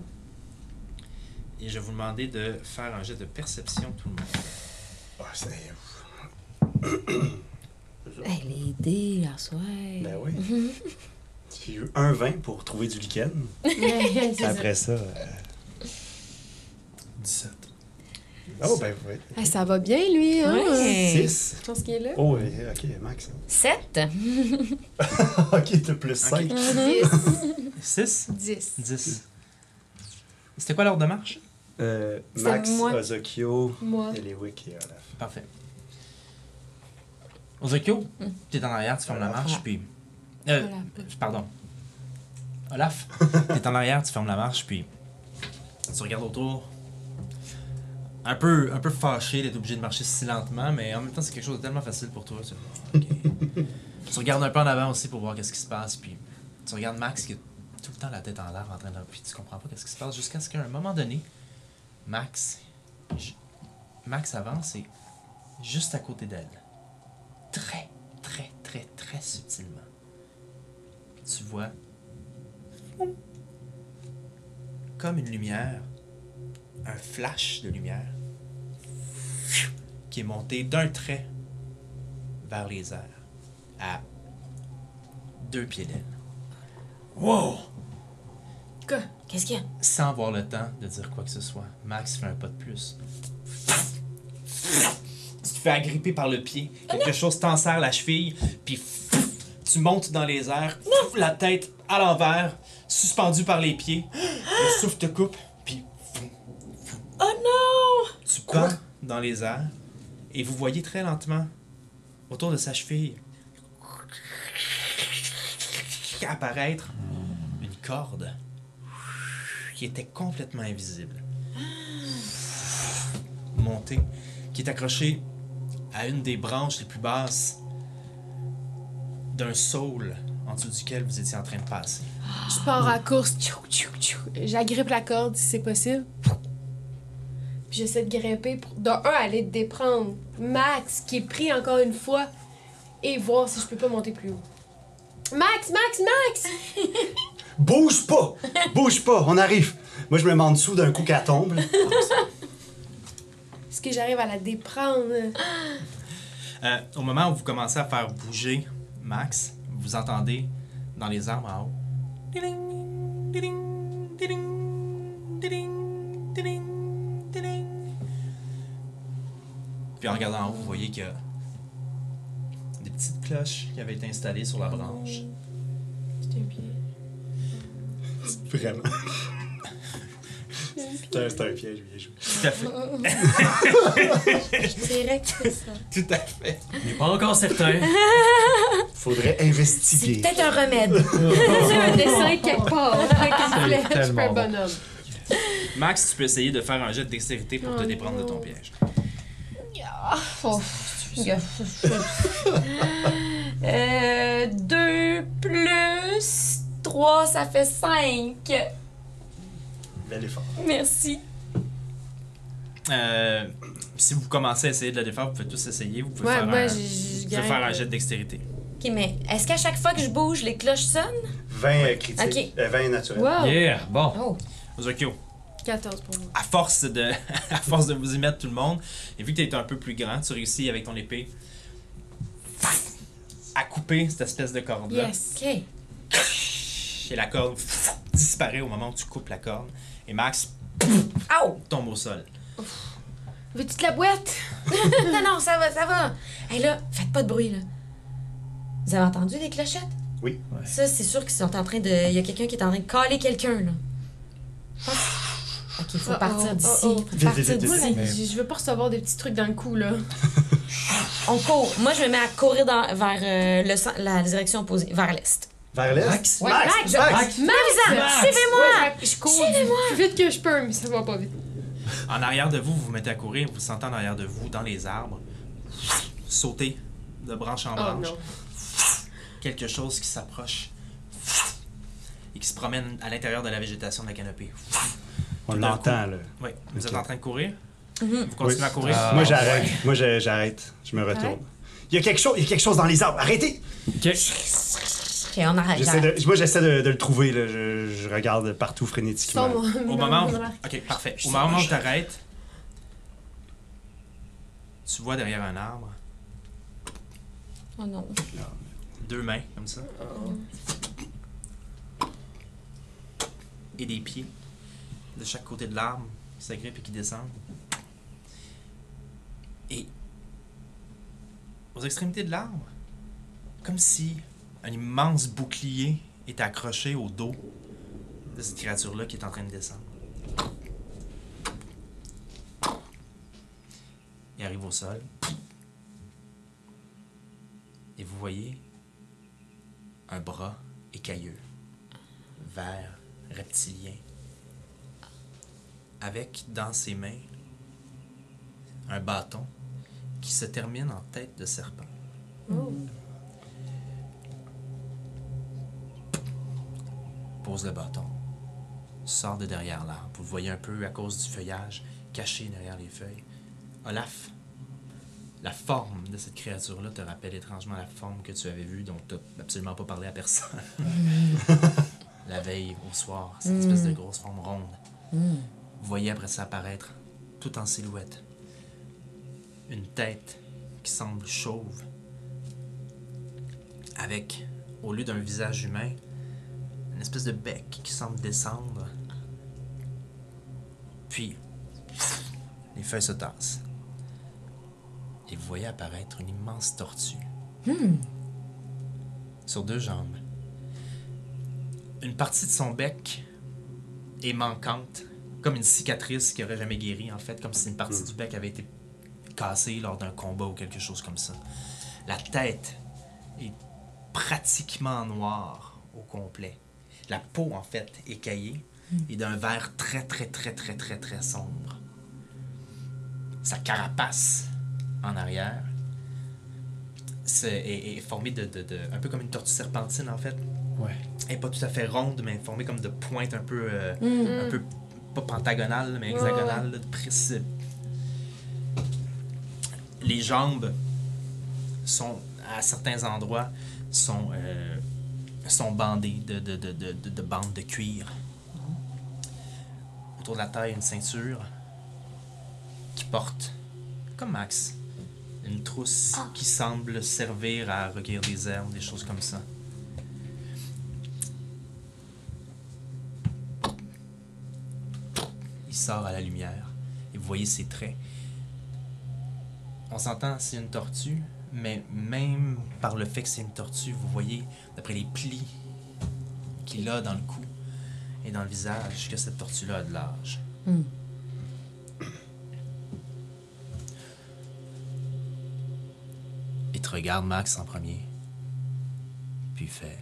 Speaker 1: Et je vais vous demander de faire un jet de perception, tout le monde.
Speaker 3: Ah, c'est-
Speaker 4: Hey, les dés, la soirée.
Speaker 3: Ben oui. J'ai eu un vin pour trouver du lichen.
Speaker 2: C'est ça.
Speaker 3: Après ça. euh,
Speaker 5: 17.
Speaker 3: Oh, ben oui.
Speaker 2: Ah, ça va bien, lui, hein?
Speaker 4: Ouais.
Speaker 3: 6.
Speaker 2: Je pense qu'il est là.
Speaker 3: Oh, oui, ok, Max.
Speaker 4: Sept.
Speaker 3: ok, t'as plus 5.
Speaker 1: 6
Speaker 2: 10.
Speaker 1: 10. C'était quoi l'ordre de marche
Speaker 3: Euh,
Speaker 4: C'est
Speaker 3: Max,
Speaker 4: moi.
Speaker 3: Ozokyo,
Speaker 2: Moi.
Speaker 3: Eliwick et Olaf.
Speaker 1: Parfait. Ozokyo, t'es en arrière, tu fermes la
Speaker 3: Olaf.
Speaker 1: marche, puis. Euh,
Speaker 2: Olaf.
Speaker 1: Pardon. Olaf, t'es en arrière, tu fermes la marche, puis. Tu regardes autour. Un peu, un peu fâché d'être obligé de marcher si lentement, mais en même temps, c'est quelque chose de tellement facile pour toi. Tu, fais, Ah, ok. Tu regardes un peu en avant aussi pour voir qu'est-ce qui se passe, puis. Tu regardes Max qui a tout le temps la tête en l'air en train de. Puis tu comprends pas qu'est-ce qui se passe jusqu'à ce qu'à un moment donné, Max. je- Max avance et juste à côté d'elle. Très, très, très, très subtilement. Tu vois. Comme une lumière. Un flash de lumière. Qui est monté d'un trait vers les airs. À deux pieds d'elle.
Speaker 5: Wow!
Speaker 2: Quoi?
Speaker 4: Qu'est-ce qu'il y a?
Speaker 1: Sans avoir le temps de dire quoi que ce soit, Max fait un pas de plus. Tu te fais agripper par le pied. Quelque chose t'enserre la cheville, puis tu montes dans les airs, la tête à l'envers, suspendue par les pieds. Le souffle te coupe, puis
Speaker 4: Oh non!
Speaker 1: tu pends dans les airs. Et vous voyez très lentement, autour de sa cheville, apparaître une corde qui était complètement invisible. Montée, qui est accrochée à une des branches les plus basses d'un saule en dessous duquel vous étiez en train de passer.
Speaker 2: Je pars à la course. Tchou, tchou, tchou. J'agrippe la corde si c'est possible. Puis j'essaie de grimper pour, de un, aller te déprendre Max, qui est pris encore une fois, et voir si je peux pas monter plus haut. Max, Max, Max!
Speaker 3: Bouge pas! Bouge pas, on arrive! Moi, je me mets en dessous d'un coup qu'elle tombe. là.
Speaker 2: Est-ce que j'arrive à la déprendre?
Speaker 1: Euh, au moment où vous commencez à faire bouger Max, vous entendez dans les arbres en haut. Diling, diling, diling, diling, diling, diling. Puis en regardant en haut, vous voyez qu'il y a des petites cloches qui avaient été installées sur la branche.
Speaker 2: J'étais bien.
Speaker 3: Vraiment. C'est un- c'est un piège, bien joué.
Speaker 1: Tout à fait.
Speaker 4: Je dirais que c'est ça.
Speaker 1: Tout à fait.
Speaker 5: Il n'est pas encore certain.
Speaker 3: Faudrait
Speaker 4: C'est
Speaker 3: investiguer.
Speaker 4: peut-être un remède.
Speaker 2: J'ai un dessin quelque part. Fait qu'il me plaît, Je suis
Speaker 5: tellement
Speaker 2: un
Speaker 5: bon.
Speaker 2: bonhomme.
Speaker 1: Max, tu peux essayer de faire un jet de dextérité pour te
Speaker 2: Oh
Speaker 1: déprendre de ton
Speaker 2: non.
Speaker 1: piège.
Speaker 4: Oh, euh, 2 plus 3, ça fait 5.
Speaker 3: Bel effort.
Speaker 4: Merci.
Speaker 1: Euh, si vous commencez à essayer de le défaire, vous pouvez tous essayer. Vous pouvez
Speaker 2: Ouais,
Speaker 1: faire,
Speaker 2: moi,
Speaker 1: un,
Speaker 2: je- je
Speaker 1: vous pouvez
Speaker 2: gagne.
Speaker 1: faire un jet de dextérité.
Speaker 4: Ok, mais est-ce qu'à chaque fois que je bouge, les cloches sonnent?
Speaker 3: 20 euh, critiques.
Speaker 4: Ok.
Speaker 3: euh, 20 naturels.
Speaker 2: Ben, Wow!
Speaker 5: Yeah, bon.
Speaker 4: Oh,
Speaker 1: Ozokyo,
Speaker 2: 14 pour moi.
Speaker 1: à force de, à force de vous y mettre tout le monde, et vu que tu es un peu plus grand, tu réussis avec ton épée paf, à couper cette espèce de corde-là.
Speaker 2: Yes!
Speaker 4: ok.
Speaker 1: Et la corde pff, disparaît au moment où tu coupes la corde. Et Max
Speaker 4: Au!
Speaker 1: tombe au sol.
Speaker 2: Veux-tu de la boîte?
Speaker 4: non, non, ça va, ça va. Hé là, faites pas de bruit, là. Vous avez entendu les clochettes?
Speaker 3: Oui.
Speaker 4: Ça, c'est sûr qu'ils sont en train de. Il y a quelqu'un qui est en train de caler quelqu'un, là. Pense- Ok, faut
Speaker 2: Oh, oh,
Speaker 4: partir
Speaker 2: oh,
Speaker 4: d'ici.
Speaker 2: oh.
Speaker 4: Faut
Speaker 3: Vite, vite,
Speaker 4: partir
Speaker 3: vite,
Speaker 2: Moi,
Speaker 4: d'ici.
Speaker 2: là, je je veux pas recevoir des petits trucs dans le cou, là.
Speaker 4: On court. Moi, je me mets à courir dans- vers euh, le sen- la direction opposée, vers l'est.
Speaker 3: Vers l'est.
Speaker 5: Max?
Speaker 4: Ouais,
Speaker 3: Max,
Speaker 4: Max,
Speaker 3: Max.
Speaker 5: Max!
Speaker 4: Suivez-moi!
Speaker 5: Max!
Speaker 4: Suivez-moi!
Speaker 2: Je cours plus vite que je peux, mais ça va pas vite.
Speaker 1: En arrière de vous, vous vous mettez à courir, vous vous sentez en arrière de vous, dans les arbres, sauter de branche en
Speaker 2: Oh
Speaker 1: branche.
Speaker 2: non.
Speaker 1: quelque chose qui s'approche et qui se promène à l'intérieur de la végétation de la canopée.
Speaker 3: On
Speaker 1: Tout d'un
Speaker 3: l'entend, là.
Speaker 1: Oui, vous
Speaker 3: Ok.
Speaker 1: êtes en train de courir.
Speaker 2: Mm-hmm.
Speaker 1: Vous continuez
Speaker 3: Oui. Euh,
Speaker 1: à courir.
Speaker 5: Ah.
Speaker 3: Moi, j'arrête. Moi, je- j'arrête. Je me retourne. Il y, a quelque chose, il y a quelque chose dans les arbres. Arrêtez!
Speaker 5: Ok.
Speaker 4: Ok, on arrête.
Speaker 3: J'essaie de- moi, j'essaie de, de le trouver. Là. Je, je regarde partout frénétiquement.
Speaker 2: Sors mon-
Speaker 1: Au
Speaker 2: mon-
Speaker 1: moment où...
Speaker 2: mon remarque.
Speaker 1: Ok, parfait.
Speaker 4: Je
Speaker 1: Au
Speaker 4: sais
Speaker 1: moment
Speaker 4: pas,
Speaker 1: où
Speaker 4: je-
Speaker 1: tu t'arrêtes, tu vois derrière un arbre
Speaker 4: Oh non.
Speaker 1: deux mains comme ça et des pieds de chaque côté de l'arbre qui s'agrippent et qui descendent. Et aux extrémités de l'arbre, comme si un immense bouclier était accroché au dos de cette créature-là qui est en train de descendre. Il arrive au sol. Et vous voyez un bras écailleux, vert, reptilien, avec dans ses mains un bâton qui se termine en tête de serpent.
Speaker 2: Oh.
Speaker 1: Pose le bâton, sort de derrière l'arbre. Vous le voyez un peu à cause du feuillage, caché derrière les feuilles. Olaf, la forme de cette créature-là te rappelle étrangement la forme que tu avais vue, dont tu n'as absolument pas parlé à personne. la veille, au soir, cette espèce de grosse forme ronde. Vous voyez après ça apparaître, tout en silhouette, une tête qui semble chauve, avec, au lieu d'un visage humain, une espèce de bec qui semble descendre. Puis, les feuilles se tassent. Et vous voyez apparaître une immense tortue. Sur deux jambes. Une partie de son bec est manquante, comme une cicatrice qui aurait jamais guéri, en fait, comme si une partie du bec avait été cassée lors d'un combat ou quelque chose comme ça. La tête est pratiquement noire au complet. La peau, en fait, écaillée et d'un vert très, très, très, très, très, très sombre. Sa carapace en arrière se- est, est formée de, de- de- un peu comme une tortue serpentine, en fait.
Speaker 5: Ouais.
Speaker 1: Elle est pas tout à fait ronde, mais formée comme de pointes un peu... euh, un peu pas pentagonale, mais hexagonale, là, de précis. Les jambes sont, à certains endroits, sont, euh, sont bandées de, de, de, de, de- de bandes de cuir. Autour de la taille, une ceinture qui porte, comme Max, une trousse qui semble servir à recueillir des herbes, des choses comme ça. il sort à la lumière et vous voyez ses traits. On s'entend, c'est une tortue, mais même par le fait que c'est une tortue, vous voyez, d'après les plis qu'il a dans le cou et dans le visage, que cette tortue-là a de l'âge. Il te regarde, Max, en premier, puis il fait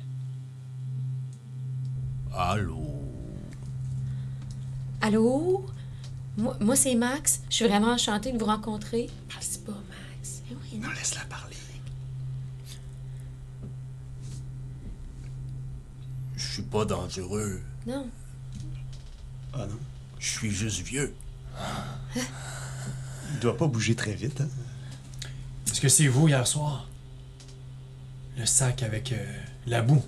Speaker 1: Allô?
Speaker 4: Allô? Moi, moi, c'est Max. Je suis vraiment enchantée de vous rencontrer.
Speaker 2: C'est pas Max.
Speaker 4: Eh oui,
Speaker 3: Non, laisse-la parler.
Speaker 6: Je suis pas dangereux.
Speaker 4: non.
Speaker 3: Ah non.
Speaker 6: Je suis juste vieux.
Speaker 3: Il doit pas bouger très vite, hein?
Speaker 5: Est-ce que c'est vous hier soir? Le sac avec euh, la boue.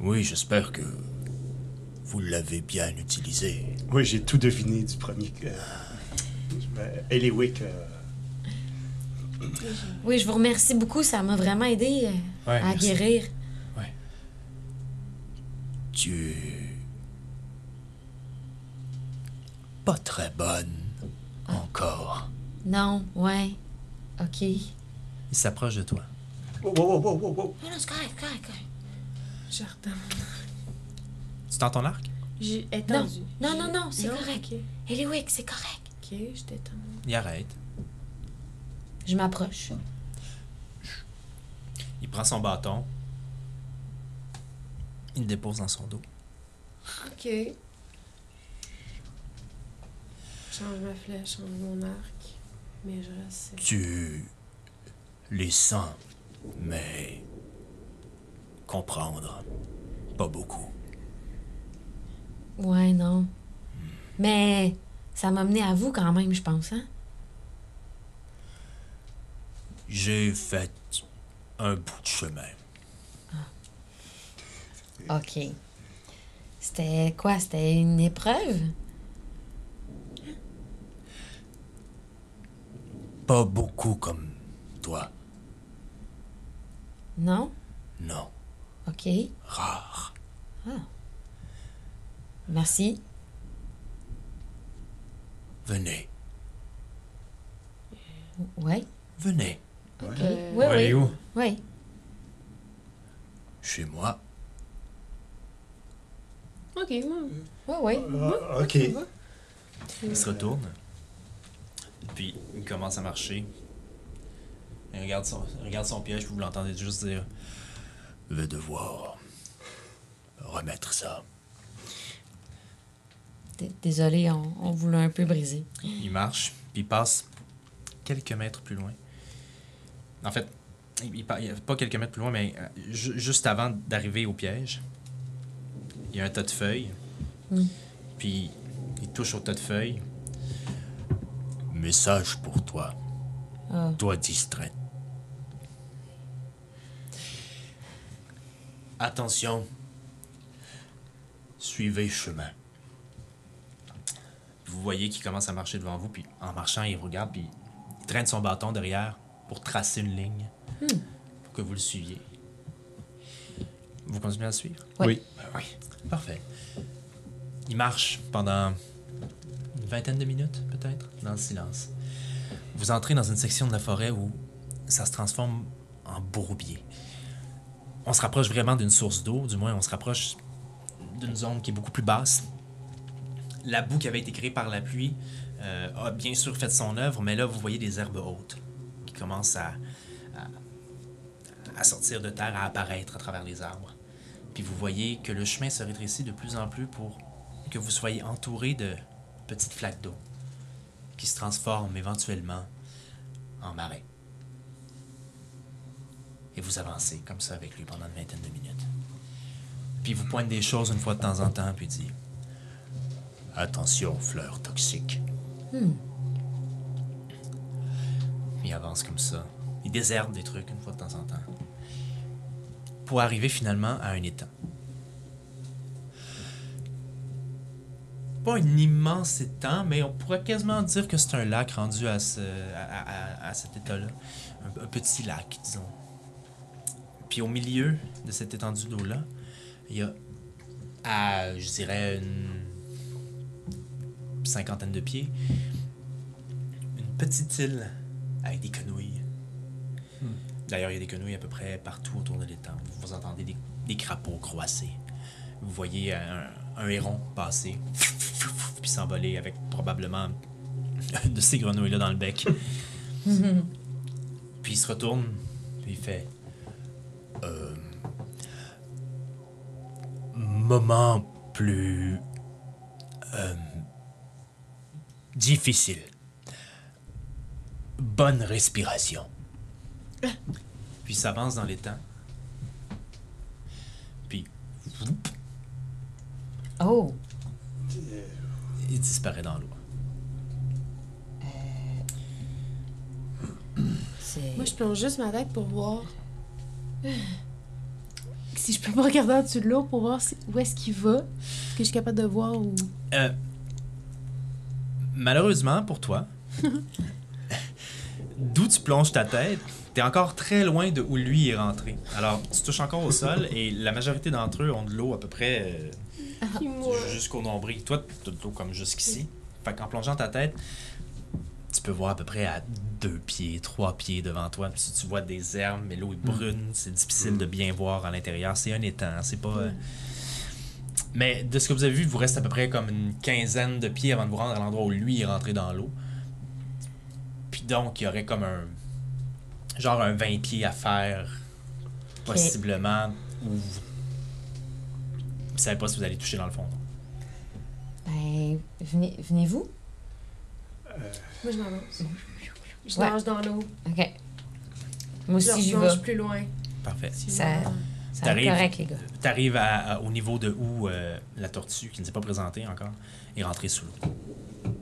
Speaker 6: Oui, j'espère que vous l'avez bien utilisé.
Speaker 3: Oui, j'ai tout deviné du premier. que- Ben, Eliwick. euh,
Speaker 4: Oui, je vous remercie beaucoup. Ça m'a vraiment aidé euh,
Speaker 5: Ouais,
Speaker 4: à
Speaker 5: Ah, merci.
Speaker 4: guérir.
Speaker 6: Tu... Pas très bonne encore.
Speaker 4: Non, ouais. OK.
Speaker 1: Il s'approche de toi.
Speaker 3: Wow, wow, wow, wow, wow.
Speaker 4: Non, non, c'est correct, correct, correct.
Speaker 2: J'entends.
Speaker 1: Tu tends ton arc?
Speaker 2: J'ai étendu.
Speaker 4: Non,
Speaker 2: J'ai-
Speaker 4: non, non, c'est correct.
Speaker 2: Ok,
Speaker 4: Eliwick, c'est correct.
Speaker 2: ok, je t'étends.
Speaker 1: Il arrête.
Speaker 4: Je m'approche.
Speaker 1: Il prend son bâton. Il le dépose dans son dos.
Speaker 2: Ok. Je change ma flèche, change mon arc. Mais je reste.
Speaker 6: Tu... Les sens, mais... Comprendre. Pas beaucoup.
Speaker 4: Ouais, non. Mais ça m'a mené à vous quand même, je pense, hein?
Speaker 6: J'ai fait un bout de chemin.
Speaker 4: OK. C'était quoi? C'était une épreuve?
Speaker 6: Pas beaucoup comme toi.
Speaker 4: Non?
Speaker 6: Non.
Speaker 4: OK. Ah.
Speaker 6: Rare.
Speaker 4: Merci.
Speaker 6: Venez.
Speaker 4: Ouais.
Speaker 6: Venez.
Speaker 4: OK.
Speaker 2: Euh,
Speaker 4: Oui,
Speaker 5: On va aller
Speaker 4: oui.
Speaker 5: où?
Speaker 4: Oui.
Speaker 6: Chez moi.
Speaker 2: Ok, moi.
Speaker 4: Oui, oui.
Speaker 3: Ah, ok.
Speaker 1: Il se retourne. Puis il commence à marcher. Il regarde son, il regarde son piège, puis vous l'entendez juste dire
Speaker 6: vais devoir remettre ça.
Speaker 4: D- Désolée, on, on vous l'a un peu brisé.
Speaker 1: Il marche, puis il passe quelques mètres plus loin. En fait, il, il pa- il- pas quelques mètres plus loin, mais euh, ju- juste avant d'arriver au piège, il y a un tas de feuilles. Puis il touche au tas de feuilles.
Speaker 6: Message pour toi.
Speaker 4: Ah.
Speaker 6: Toi distraite. Attention. Suivez le chemin.
Speaker 1: Vous voyez qu'il commence à marcher devant vous, puis en marchant, il vous regarde, puis il traîne son bâton derrière pour tracer une ligne pour que vous le suiviez. Vous continuez à le suivre?
Speaker 4: Ouais.
Speaker 3: Oui.
Speaker 1: Ben oui. Parfait. Il marche pendant une vingtaine de minutes, peut-être, dans le silence. Vous entrez dans une section de la forêt où ça se transforme en bourbier. On se rapproche vraiment d'une source d'eau, du moins on se rapproche d'une zone qui est beaucoup plus basse. La boue qui avait été créée par la pluie euh, a bien sûr fait son œuvre, mais là vous voyez des herbes hautes qui commencent à, à- à sortir de terre, à apparaître à travers les arbres. Puis vous voyez que le chemin se rétrécit de plus en plus pour que vous soyez entouré de petites flaques d'eau qui se transforment éventuellement en marais. Et vous avancez comme ça avec lui pendant une vingtaine de minutes. Puis il vous pointe des choses une fois de temps en temps, puis il dit
Speaker 6: Attention aux fleurs toxiques.
Speaker 1: Il avance comme ça. Il déserte des trucs une fois de temps en temps. Pour arriver finalement à un étang. Pas un immense étang, mais on pourrait quasiment dire que c'est un lac rendu à, ce, à, à- à- à cet état-là. Un, un petit lac, disons. Puis au milieu de cette étendue d'eau-là, il y a, à, je dirais, une cinquantaine de pieds, une petite île avec des quenouilles. D'ailleurs, il y a des quenouilles à peu près partout autour de l'étang. Vous, vous entendez des, des crapauds croasser. Vous voyez un, un héron passer, puis s'envoler avec probablement une de ces grenouilles-là dans le bec. puis il se retourne, puis il fait
Speaker 6: Moment plus Difficile. Bonne respiration.
Speaker 1: Puis ça avance dans les temps. Puis voup,
Speaker 4: Oh!
Speaker 1: Euh, il disparaît dans l'eau.
Speaker 4: Euh, C'est...
Speaker 2: Moi, je plonge juste ma tête pour voir si je peux pas regarder en dessous de l'eau pour voir si- où est-ce qu'il va, ce que je suis capable de voir ou.
Speaker 1: Euh, malheureusement pour toi, d'où tu plonges ta tête, t'es encore très loin de où lui est rentré. Alors, tu touches encore au sol et la majorité d'entre eux ont de l'eau à peu près
Speaker 2: Puis
Speaker 1: euh,
Speaker 2: moi,
Speaker 1: jusqu'au nombril. Toi, t'as de l'eau comme jusqu'ici. Fait qu'en plongeant ta tête, tu peux voir à peu près à deux pieds, trois pieds devant toi. Puis tu vois des herbes, mais l'eau est brune. C'est difficile de bien voir à l'intérieur. C'est un étang, c'est pas... euh, mais de ce que vous avez vu, il vous reste à peu près comme une quinzaine de pieds avant de vous rendre à l'endroit où lui est rentré dans l'eau. Puis donc, il y aurait comme un. genre un 20 pieds à faire, possiblement, où vous. Vous savez pas si vous allez toucher dans le fond.
Speaker 4: Ben, venez, venez-vous?
Speaker 2: moi, je m'avance. Je
Speaker 4: Ouais.
Speaker 2: nage dans l'eau.
Speaker 4: OK. Moi
Speaker 2: Je
Speaker 4: aussi, j'y vais.
Speaker 2: plonge plus loin. euh,
Speaker 1: Parfait.
Speaker 2: Si
Speaker 4: Ça-
Speaker 2: je-
Speaker 4: Ça va être
Speaker 1: T'arrives.
Speaker 4: correct, les gars.
Speaker 1: T'arrives à- à- au niveau de où euh, la tortue, qui ne s'est pas présentée encore, est rentrée sous l'eau.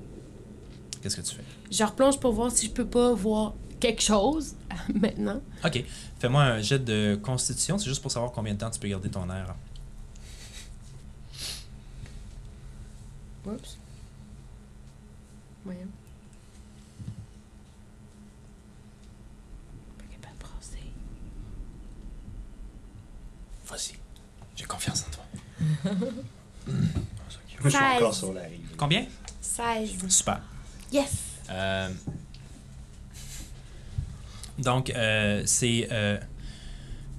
Speaker 1: Qu'est-ce que tu fais?
Speaker 2: Je replonge pour voir si je peux pas voir quelque chose maintenant.
Speaker 1: Ok. Fais-moi un jet de constitution, c'est juste pour savoir combien de temps tu peux garder ton air.
Speaker 2: Oups. Voyons. Pas capable de brasser.
Speaker 1: Vas-y. J'ai confiance en toi.
Speaker 3: Moi, je suis
Speaker 2: Seize.
Speaker 3: encore sur la rive.
Speaker 1: Combien?
Speaker 2: 16.
Speaker 1: Super.
Speaker 2: Yes!
Speaker 1: Euh, donc, euh, c'est. euh,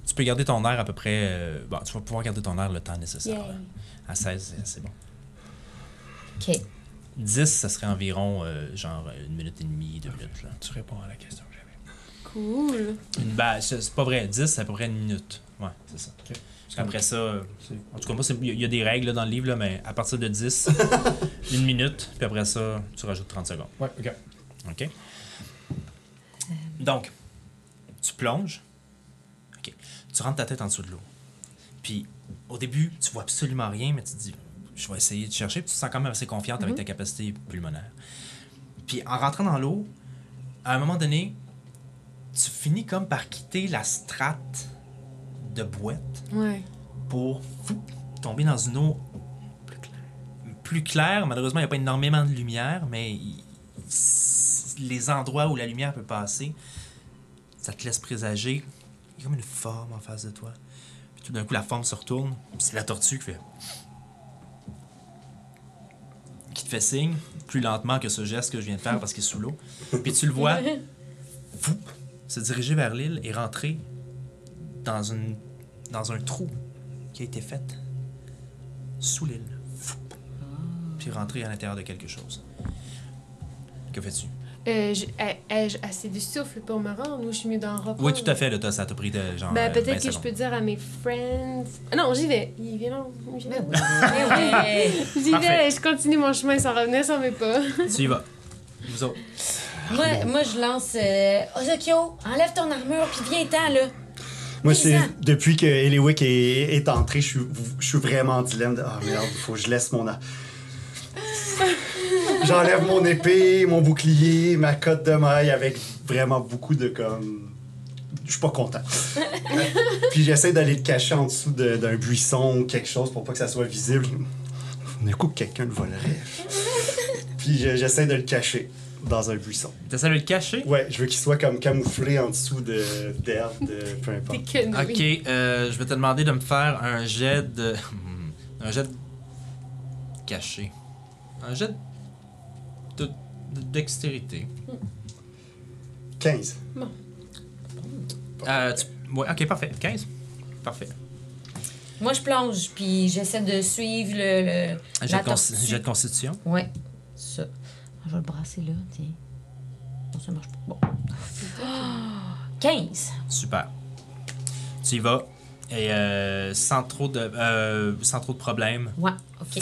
Speaker 1: tu peux garder ton air à peu près. euh, bon, tu vas pouvoir garder ton air le temps nécessaire.
Speaker 2: Yay.
Speaker 1: là. À 16, c'est- c'est bon.
Speaker 4: OK.
Speaker 1: 10, ça serait environ euh, genre une minute et demie, deux minutes. Là.
Speaker 5: Tu réponds à la question que j'avais.
Speaker 2: Cool!
Speaker 1: Une, ben, c'est c'est pas vrai. 10, c'est à peu près une minute. Ouais, c'est ça.
Speaker 5: Ok.
Speaker 1: Puis Après ça, euh, en tout cas, moi, c'est- il y a- il y, a des règles là, dans le livre, là, mais à partir de 10, une minute, puis après ça, tu rajoutes 30 secondes.
Speaker 5: Ouais, ok.
Speaker 1: OK. Donc, tu plonges. OK. Tu rentres ta tête en dessous de l'eau. Puis, au début, tu vois absolument rien, mais tu te dis, je vais essayer de chercher. Puis, tu te sens quand même assez confiante avec ta capacité pulmonaire. Puis, en rentrant dans l'eau, à un moment donné, tu finis comme par quitter la strate de boîte
Speaker 2: Ouais.
Speaker 1: pour fou, tomber dans une eau plus claire. Plus claire, malheureusement, il n'y a pas énormément de lumière, mais il- s- les endroits où la lumière peut passer, ça te laisse présager. Il y a comme une forme en face de toi. Puis tout d'un coup, la forme se retourne. puis C'est la tortue qui fait. qui te fait signe, plus lentement que ce geste que je viens de faire parce qu'il est sous l'eau. Puis tu le vois fou, se diriger vers l'île et rentrer dans, une, dans un trou qui a été fait sous l'île. Fou. Puis rentrer à l'intérieur de quelque chose. Que fais-tu?
Speaker 2: Euh, je- ai- Ai-je assez de souffle pour me rendre ou je suis mieux d'en reprendre?
Speaker 1: Oui, tout à fait, là, t'as- ça t'a pris de, genre.
Speaker 2: Ben,
Speaker 1: euh,
Speaker 2: peut-être
Speaker 1: 20
Speaker 2: que je
Speaker 1: secondes.
Speaker 2: peux dire à mes friends. Ah Non, j'y vais. J'y vais, non. J'y
Speaker 4: Ben
Speaker 2: vais.
Speaker 4: Ouais.
Speaker 2: J'y
Speaker 1: Parfait.
Speaker 2: vais, je continue mon chemin sans revenir sans mes pas.
Speaker 1: Tu y vas. Vous autres.
Speaker 4: moi, moi, je lance... Euh... Ozokyo, enlève ton armure, puis viens-t'en, là.
Speaker 3: Moi, c'est
Speaker 4: Paysan.
Speaker 3: depuis que Eliwick est, est entré, je suis, je suis vraiment en dilemme. de, Ah merde, il faut que je laisse mon. a- J'enlève mon épée, mon bouclier, ma cotte de maille avec vraiment beaucoup de comme. Je suis pas content. Puis j'essaie d'aller le cacher en dessous de- d'un buisson ou quelque chose pour pas que ça soit visible. D'un coup, quelqu'un le volerait. Puis je- j'essaie de le cacher dans un buisson.
Speaker 1: T'essaies de le cacher?
Speaker 3: Ouais, je veux qu'il soit comme camouflé en dessous de- d'herbe, de, peu
Speaker 2: T'es
Speaker 3: importe.
Speaker 2: conneries.
Speaker 1: Ok, euh, je vais te demander de me faire un jet de. Hmm, Un jet de. caché. Un jet de. de- de dextérité.
Speaker 3: 15.
Speaker 1: Euh, tu- ouais, ok, parfait. 15. Parfait.
Speaker 4: Moi, je plonge, puis j'essaie de suivre le... le
Speaker 1: Un jet,
Speaker 4: la
Speaker 2: Bah,
Speaker 1: de, cons-
Speaker 4: tortue.
Speaker 1: jet de constitution.
Speaker 4: Ouais, ça. Ah, Je vais le brasser, là, tiens. Non, ça marche pas. Bon. Ah, 15.
Speaker 1: Super. Tu y vas. Et euh, sans trop de. euh, sans trop de problèmes,
Speaker 4: Ouais, OK.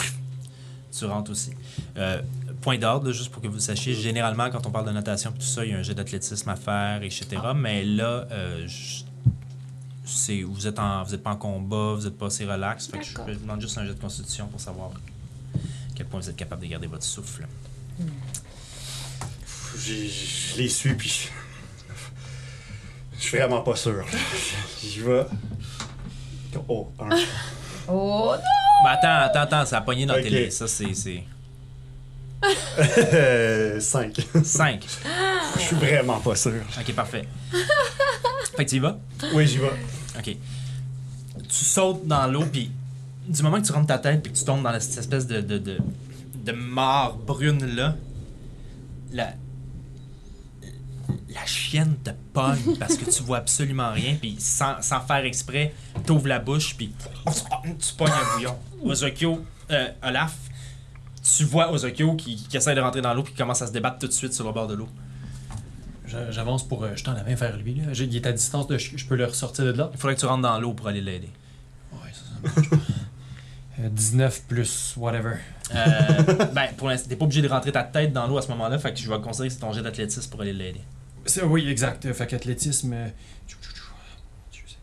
Speaker 1: tu rentres aussi. Euh, point d'ordre, là, juste pour que vous le sachiez, généralement, quand on parle de natation et tout ça, il y a un jet d'athlétisme à faire, etc. Mais là, euh, je- c'est, vous n'êtes vous êtes pas en combat, vous n'êtes pas assez relax. Fait que je,
Speaker 2: D'accord.
Speaker 1: je vous demande juste un jet de constitution pour savoir à quel point vous êtes capable de garder votre souffle.
Speaker 3: J'ai- Je les suis, puis je... je suis vraiment pas sûr. J'y vais. Oh, un.
Speaker 4: Oh non!
Speaker 1: Ben, attends, attends, attends, ça a pogné dans
Speaker 3: Ok.
Speaker 1: tes télé. Ça, c'est, c'est
Speaker 3: 5.
Speaker 1: cinq.
Speaker 3: Euh, Je suis vraiment pas sûr.
Speaker 1: Ok, parfait. fait que tu y vas?
Speaker 3: Oui, j'y vais.
Speaker 1: OK. Tu sautes dans l'eau, puis du moment que tu rentres ta tête, puis que tu tombes dans cette espèce de, de, de, de mare brune-là, la, la chienne te pogne parce que tu vois absolument rien, puis sans, sans faire exprès, t'ouvres la bouche, puis tu pognes un bouillon. Ozokyo, euh, Olaf, tu vois Ozokyo qui, qui essaie de rentrer dans l'eau, puis qui commence à se débattre tout de suite sur le bord de l'eau.
Speaker 5: Je- J'avance pour. euh, je tends la main vers lui. Là. J'ai- Il est à distance, de, je, je peux le ressortir de là.
Speaker 1: Il faudrait que tu rentres dans l'eau pour aller l'aider.
Speaker 5: Ouais, ça, ça marche pas. Euh, 19 plus whatever.
Speaker 1: Euh, ben, pour l'instant, t'es pas obligé de rentrer ta tête dans l'eau à ce moment-là, fait que je vais conseiller que c'est ton jet d'athlétisme pour aller l'aider.
Speaker 5: C'est- oui, exact. Euh, Fait qu'athlétisme. euh, tchou, tchou, tchou. Dieu Seigneur.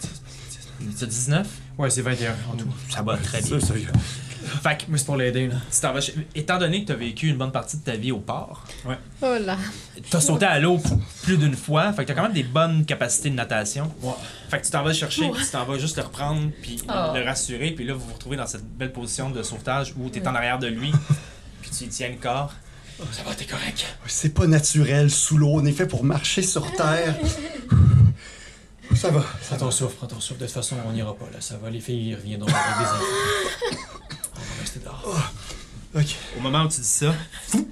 Speaker 1: Tu as 19
Speaker 5: Ouais, c'est 21 en tout.
Speaker 1: Ça va très bien. Fait que,
Speaker 5: Moi, c'est pour l'aider, là.
Speaker 1: tu t'en vas chez- étant donné que t'as vécu une bonne partie de ta vie au port,
Speaker 2: Oh là.
Speaker 1: t'as sauté à l'eau p- plus d'une fois, fait que t'as quand même des bonnes capacités de natation.
Speaker 5: Ouais.
Speaker 1: Fait que tu t'en vas le chercher, puis tu t'en vas juste le reprendre, puis
Speaker 4: Oh.
Speaker 1: le rassurer, puis là, vous vous retrouvez dans cette belle position de sauvetage où t'es en arrière de lui, puis tu y tiens le corps.
Speaker 5: ça va, t'es correct.
Speaker 3: C'est pas naturel sous l'eau. On est fait pour marcher sur terre. Ça va.
Speaker 5: Prends ton souffle, prends ton souffle. De toute façon, on n'ira pas, là. Ça va, les filles, ils reviendront avec des enfants. On va rester dehors.
Speaker 3: Ok.
Speaker 1: Au moment où tu dis ça, fou,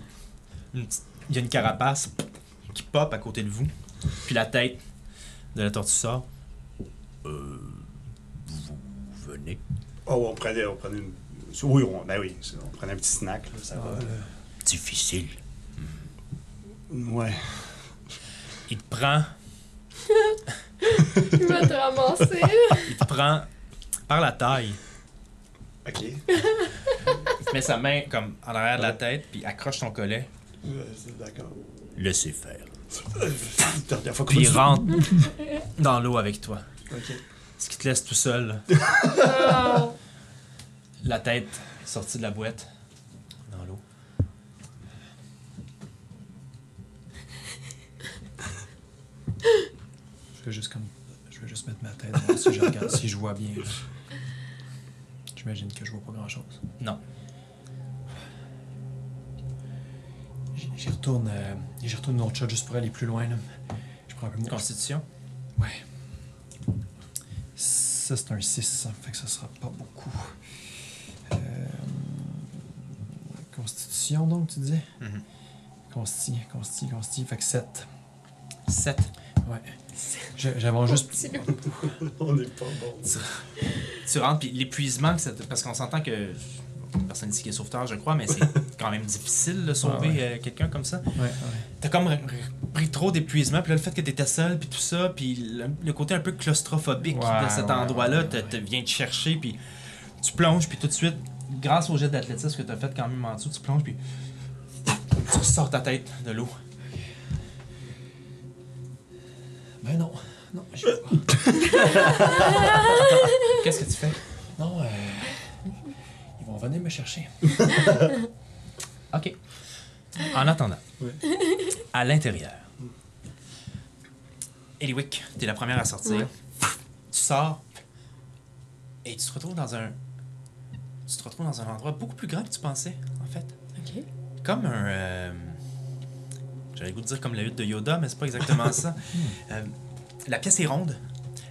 Speaker 1: une petite- il y a une carapace qui pop à côté de vous, puis la tête de la tortue sort.
Speaker 6: Venez.
Speaker 3: Oh, on prenait, on prenait une. Oui, on, ben oui, on prenait un petit snack, là, ça va.
Speaker 6: Difficile.
Speaker 3: Ouais.
Speaker 1: Il te prend,
Speaker 2: Tu vas te ramasser.
Speaker 1: il te prend par la taille,
Speaker 3: Ok.
Speaker 1: il te met sa main comme en arrière de la tête, puis accroche ton collet,
Speaker 3: Euh, c'est D'accord.
Speaker 6: Laissez faire.
Speaker 3: Euh, Dernière fois qu'on
Speaker 1: puis il
Speaker 3: m'a
Speaker 1: rentre dans l'eau avec toi.
Speaker 3: dit- Ok.
Speaker 1: Ce qui te laisse tout seul,
Speaker 2: Oh.
Speaker 1: la tête sortie de la boîte, dans l'eau.
Speaker 5: Je vais juste comme. Je vais juste mettre ma tête, voir si je regarde, si je vois bien, là. J'imagine que je vois pas grand-chose.
Speaker 1: Non.
Speaker 5: J- J'y retourne, euh, j'y retourne une autre shot juste pour aller plus loin, là. Je prends un peu moins.
Speaker 1: Constitution.
Speaker 5: Ouais. Ça, c'est un 6, fait que ça sera pas beaucoup. Euh, Constitution, donc, tu disais?
Speaker 1: Mhm.
Speaker 5: Consti, consti, consti, fait que 7.
Speaker 1: 7.
Speaker 5: Ouais. Je- J'avance juste...
Speaker 2: Petit loup.
Speaker 3: On n'est pas bon.
Speaker 1: tu rentres, puis l'épuisement, que ça te- parce qu'on s'entend que personne ici qui est sauveteur, je crois, mais c'est quand même difficile de sauver
Speaker 5: Ouais, Ah ouais.
Speaker 1: euh, quelqu'un comme ça.
Speaker 5: Ouais, ouais.
Speaker 1: T'as comme r- r- pris trop d'épuisement, puis là, le fait que t'étais seul, puis tout ça, puis le, le côté un peu claustrophobique
Speaker 5: Ouais,
Speaker 1: de cet
Speaker 5: ouais,
Speaker 1: endroit-là
Speaker 5: ouais,
Speaker 1: te,
Speaker 5: ouais.
Speaker 1: te vient te chercher, puis tu plonges, puis tout de suite, grâce au jet d'athlétisme que t'as fait quand même en dessous, tu plonges, puis tu ressors ta tête de l'eau.
Speaker 5: Ben non, non, j'y vais pas.
Speaker 1: Qu'est-ce que tu fais?
Speaker 5: Non, euh, ils vont venir me chercher.
Speaker 1: OK. En attendant, à l'intérieur, Eliwick, t'es la première à sortir. Tu sors et tu te retrouves dans un. Tu te retrouves dans un endroit beaucoup plus grand que tu pensais, en fait.
Speaker 2: Ok.
Speaker 1: Comme un. euh, J'avais le goût de dire comme la hutte de Yoda, mais c'est pas exactement ça. Euh, la pièce est ronde.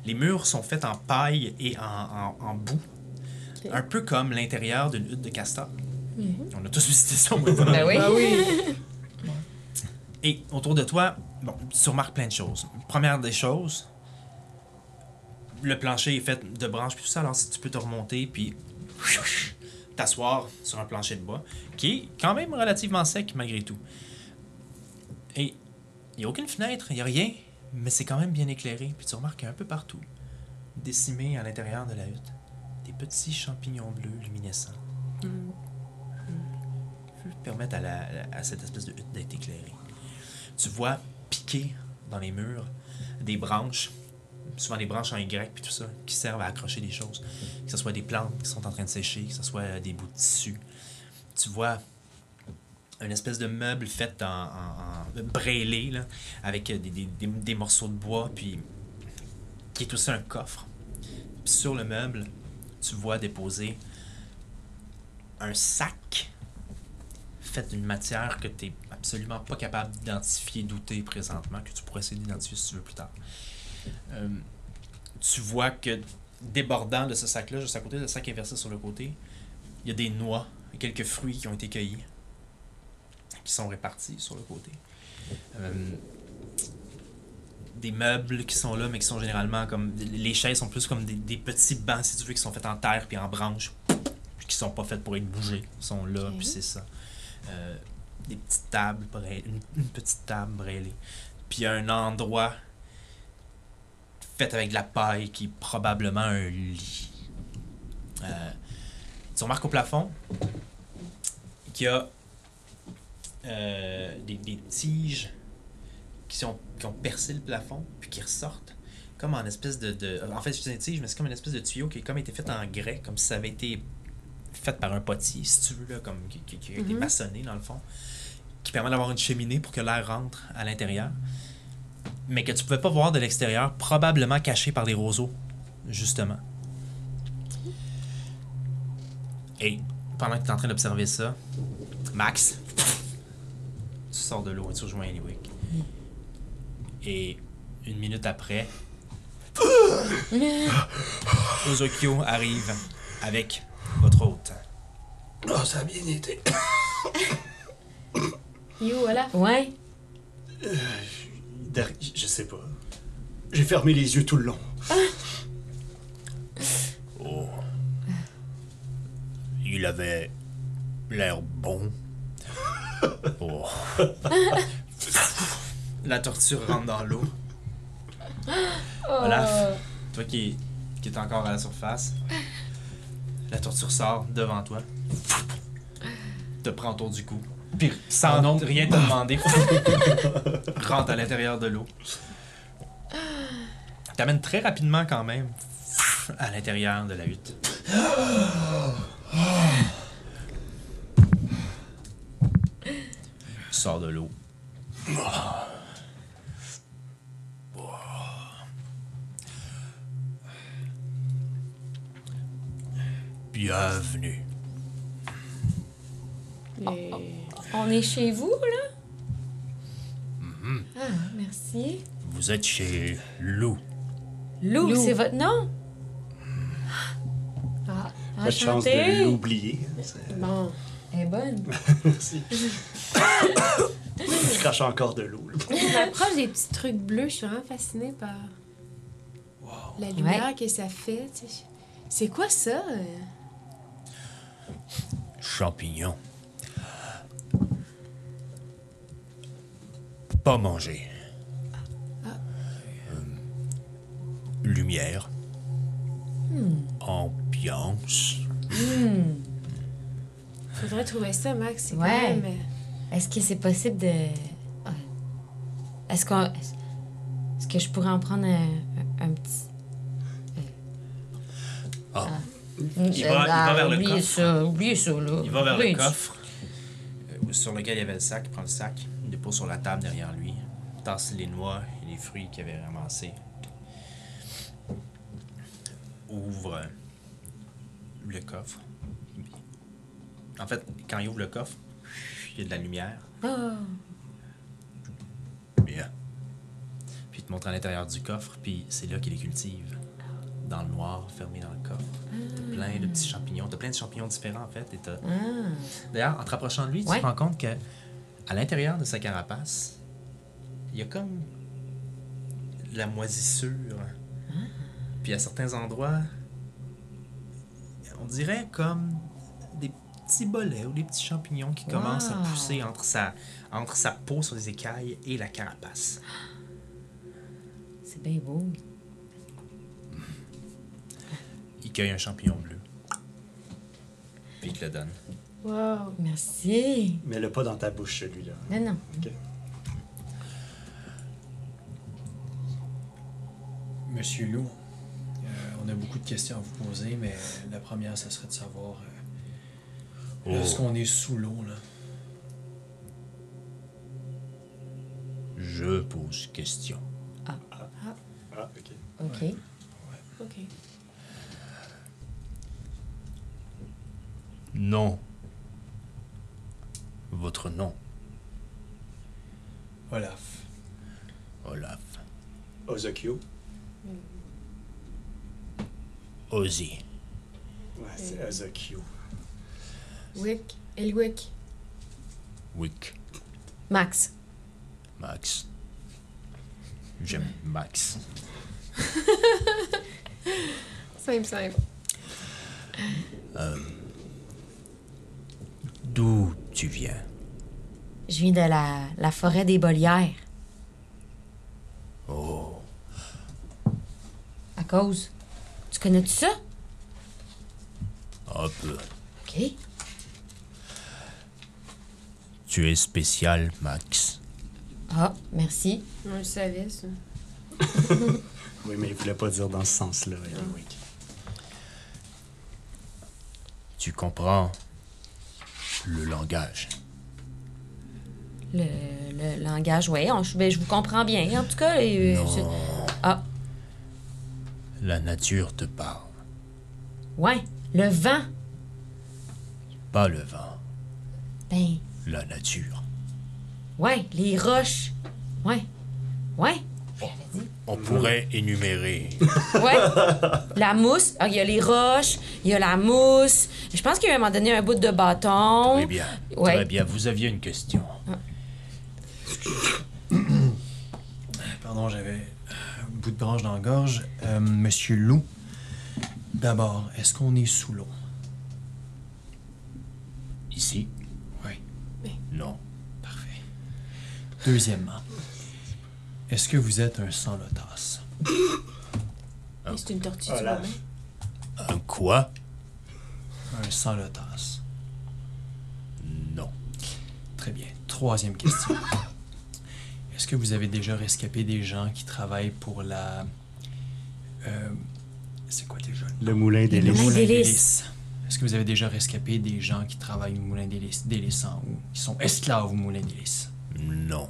Speaker 1: Les murs sont faits en paille et en, en, en boue.
Speaker 2: Ok. Mhm.
Speaker 1: Un peu comme l'intérieur d'une hutte de castor. On a tous visité ça, au moins.
Speaker 4: Ben oui.
Speaker 1: Et autour de toi, bon, tu remarques plein de choses. Première des choses, le plancher est fait de branches puis tout ça, alors si tu peux te remonter puis t'asseoir sur un plancher de bois qui est quand même relativement sec malgré tout. Et il n'y a aucune fenêtre, il n'y a rien, mais c'est quand même bien éclairé. Puis tu remarques qu'il y a un peu partout, décimé à l'intérieur de la hutte, des petits champignons bleus luminescents. Ils Permettent à, la- à cette espèce de hutte d'être éclairée. Tu vois piquer dans les murs des branches, souvent des branches en Y puis tout ça, qui servent à accrocher des choses. Que ce soit des plantes qui sont en train de sécher, que ce soit des bouts de tissu. Tu vois une espèce de meuble fait en, en, en- brêlé, là, avec euh, des, des- des- des morceaux de bois, puis qui est aussi un coffre. Puis sur le meuble, tu vois déposer un sac fait d'une matière que tu n'es absolument pas capable d'identifier, douter présentement, que tu pourrais essayer d'identifier si tu veux plus tard. Euh, tu vois que débordant de ce sac-là, juste à côté, le sac inversé sur le côté, il y a des noix, quelques fruits qui ont été cueillis qui sont répartis sur le côté. Euh, des meubles qui sont là, mais qui sont généralement comme. Les chaises sont plus comme des, des petits bancs, si tu veux, qui sont faits en terre puis en branches, puis qui sont pas faites pour être bougés. Ils sont là,
Speaker 4: Ok.
Speaker 1: puis c'est ça. Euh, des petites tables, brêlées- une, une petite table brêlée. Puis il y a un endroit fait avec de la paille qui est probablement un lit. Euh, tu remarques au plafond qu'il y a euh, des, des tiges qui, sont, qui ont percé le plafond, puis qui ressortent, comme en espèce de. de- en fait, c'est une tige, mais c'est comme une espèce de tuyau qui a comme été fait en grès, comme si ça avait été fait par un potier, si tu veux, là, comme, qui, qui- qui a été
Speaker 2: Mhm.
Speaker 1: maçonné dans le fond, qui permet d'avoir une cheminée pour que l'air rentre à l'intérieur, mais que tu pouvais pas voir de l'extérieur, probablement caché par des roseaux, justement. Et pendant que tu es en train d'observer ça, Max, tu sors de l'eau et tu rejoins Eliwick. Et une minute après, Ozokyo arrive avec votre hôte.
Speaker 6: Oh,
Speaker 3: Ah,
Speaker 6: ça a bien été.
Speaker 2: Yo, voilà.
Speaker 4: Ouais.
Speaker 3: Der- Je sais pas. J'ai fermé les yeux tout le long.
Speaker 6: Oh. Il avait l'air bon. Oh.
Speaker 1: La torture rentre dans l'eau. Olaf, toi qui, qui es encore à la surface, la torture sort devant toi, te prend autour du cou, puis sans
Speaker 5: Oh non.
Speaker 1: rien te demander, rentre à l'intérieur de l'eau. T'amène très rapidement quand même à l'intérieur de la hutte. Sors de l'eau.
Speaker 6: Bienvenue.
Speaker 2: Mais-
Speaker 4: On est chez vous, là? Ah, merci.
Speaker 6: Vous êtes chez Lou.
Speaker 4: Lou,
Speaker 2: Lou.
Speaker 4: c'est votre nom?
Speaker 2: Ah,
Speaker 3: Pas de chance de l'oublier.
Speaker 2: bon.
Speaker 4: Elle est bonne.
Speaker 3: Merci. Je crache encore de l'eau. là.
Speaker 2: Je m'approche des petits trucs bleus. Je suis vraiment fascinée par la lumière que ça fait. tu sais. C'est quoi ça? euh?
Speaker 6: Champignons. Pas manger. Euh, lumière. Ambiance.
Speaker 2: Faudrait trouver ça, Max. C'est quand
Speaker 4: Ouais.
Speaker 2: même, euh,
Speaker 4: Est-ce que c'est possible de. Ah. Est-ce qu'on. Est-ce que je pourrais en prendre un, un- un petit.
Speaker 6: Ah.
Speaker 1: Il va- il va vers le
Speaker 4: oubliez
Speaker 1: coffre.
Speaker 4: Ah, ça, oubliez ça, là.
Speaker 1: Il va vers
Speaker 4: Oubliez
Speaker 1: le
Speaker 4: ça.
Speaker 1: coffre euh, sur lequel il y avait le sac, il prend le sac, il le pose sur la table derrière lui, tasse les noix et les fruits qu'il avait ramassés, ouvre euh, le coffre. En fait, quand il ouvre le coffre, il y a de la lumière,
Speaker 4: Ah.
Speaker 6: Bien.
Speaker 1: puis il te montre à l'intérieur du coffre, puis c'est là qu'il les cultive. Dans le noir, fermé dans le coffre. T'as plein de petits champignons. T'as plein de champignons différents, en fait. Et t'as
Speaker 4: Ah.
Speaker 1: D'ailleurs, en te rapprochant de lui, tu
Speaker 4: Ouais.
Speaker 1: te rends compte que à l'intérieur de sa carapace, il y a comme de la moisissure.
Speaker 4: Hmm.
Speaker 1: Puis à certains endroits, on dirait comme des petits bolets ou des petits champignons qui commencent à
Speaker 4: Wow.
Speaker 1: pousser entre sa, entre sa peau sur les écailles et la carapace.
Speaker 4: C'est bien beau.
Speaker 1: Il cueille un champignon bleu. Puis il te le donne.
Speaker 2: euh, Wow.
Speaker 4: Merci.
Speaker 3: Mais le pas dans ta bouche, celui-là.
Speaker 4: Non, non.
Speaker 5: Monsieur Lou, euh, on a beaucoup de questions à vous poser, mais la première, ça serait de savoir. euh, Lorsqu'on est sous l'eau, là,
Speaker 6: Je pose question.
Speaker 3: Ah, ok.
Speaker 4: OK.
Speaker 2: OK.
Speaker 6: Non. Votre nom,
Speaker 5: Olaf.
Speaker 6: Olaf.
Speaker 3: Ozokyo.
Speaker 6: Ozzy.
Speaker 3: Ouais, c'est Ozokyo.
Speaker 2: Wick. Elwick.
Speaker 6: Wick.
Speaker 4: Max.
Speaker 6: Max. J'aime Max.
Speaker 2: Simple, simple.
Speaker 6: D'où tu viens
Speaker 4: Je viens de la, la forêt des Bolières.
Speaker 6: Oh,
Speaker 4: À cause. Tu connais-tu ça?
Speaker 6: un peu.
Speaker 4: OK.
Speaker 6: Tu es spécial, Max.
Speaker 4: Ah, merci.
Speaker 2: On le savait, ça.
Speaker 3: Oui, mais il voulait pas dire dans ce sens-là, anyway.
Speaker 6: Tu comprends le langage.
Speaker 4: Le, le langage, ouais, on- je- ben, je vous comprends bien, en tout cas. et, euh, je- Ah,
Speaker 6: La nature te parle,
Speaker 4: ouais, le vent.
Speaker 6: pas le vent,
Speaker 4: Ben,
Speaker 6: la nature.
Speaker 4: ouais, les roches. Ouais, ouais,
Speaker 6: On pourrait énumérer.
Speaker 4: ouais. la mousse, ah, il y a les roches, il y a la mousse. Je pense qu'il y a à un moment donné un bout de bâton.
Speaker 6: Très bien.
Speaker 4: Ouais.
Speaker 6: Très bien. Vous aviez une question.
Speaker 5: Pardon, j'avais euh, un bout de branche dans la gorge. Euh, Monsieur Lou, d'abord, est-ce qu'on est sous l'eau?
Speaker 6: Ici
Speaker 5: Oui.
Speaker 6: Non.
Speaker 5: Parfait. Deuxièmement, est-ce que vous êtes un sans lotas?
Speaker 2: Mais C'est une tortue
Speaker 3: Ah,
Speaker 2: du
Speaker 3: là.
Speaker 2: moment.
Speaker 6: Un quoi
Speaker 5: Un sans lotas.
Speaker 6: Non.
Speaker 5: Très bien. Troisième question. est-ce que vous avez déjà rescapé des gens qui travaillent pour la. euh, c'est quoi déjà?
Speaker 3: Le moulin des
Speaker 4: Le
Speaker 3: lys.
Speaker 4: moulin
Speaker 5: Moulin
Speaker 4: d'hélice.
Speaker 5: d'hélice. Est-ce que vous avez déjà rescapé des gens qui travaillent au moulin d'hélice, d'héliçants ou qui sont esclaves au moulin d'hélice?
Speaker 6: Non.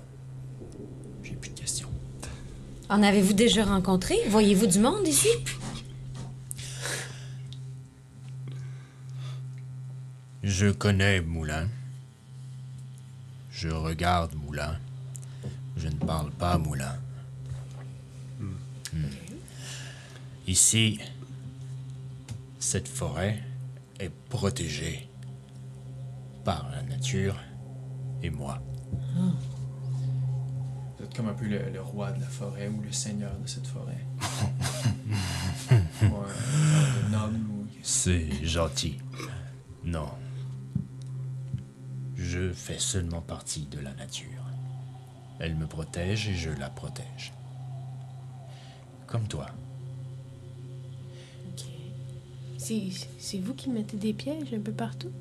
Speaker 5: J'ai plus de questions.
Speaker 4: En avez-vous déjà rencontré? Voyez-vous du monde ici?
Speaker 6: Je connais Moulin. Je regarde Moulin. Je ne parle pas Moulin. Hmm. Ici, cette forêt est protégée par la nature et moi.
Speaker 5: Vous êtes comme un peu le, le roi de la forêt ou le seigneur de cette forêt. ou un, genre de noble ou...
Speaker 6: C'est gentil. Non. Je fais seulement partie de la nature. Elle me protège et je la protège. Comme toi.
Speaker 2: OK. C'est c'est vous qui mettez des pièges un peu partout?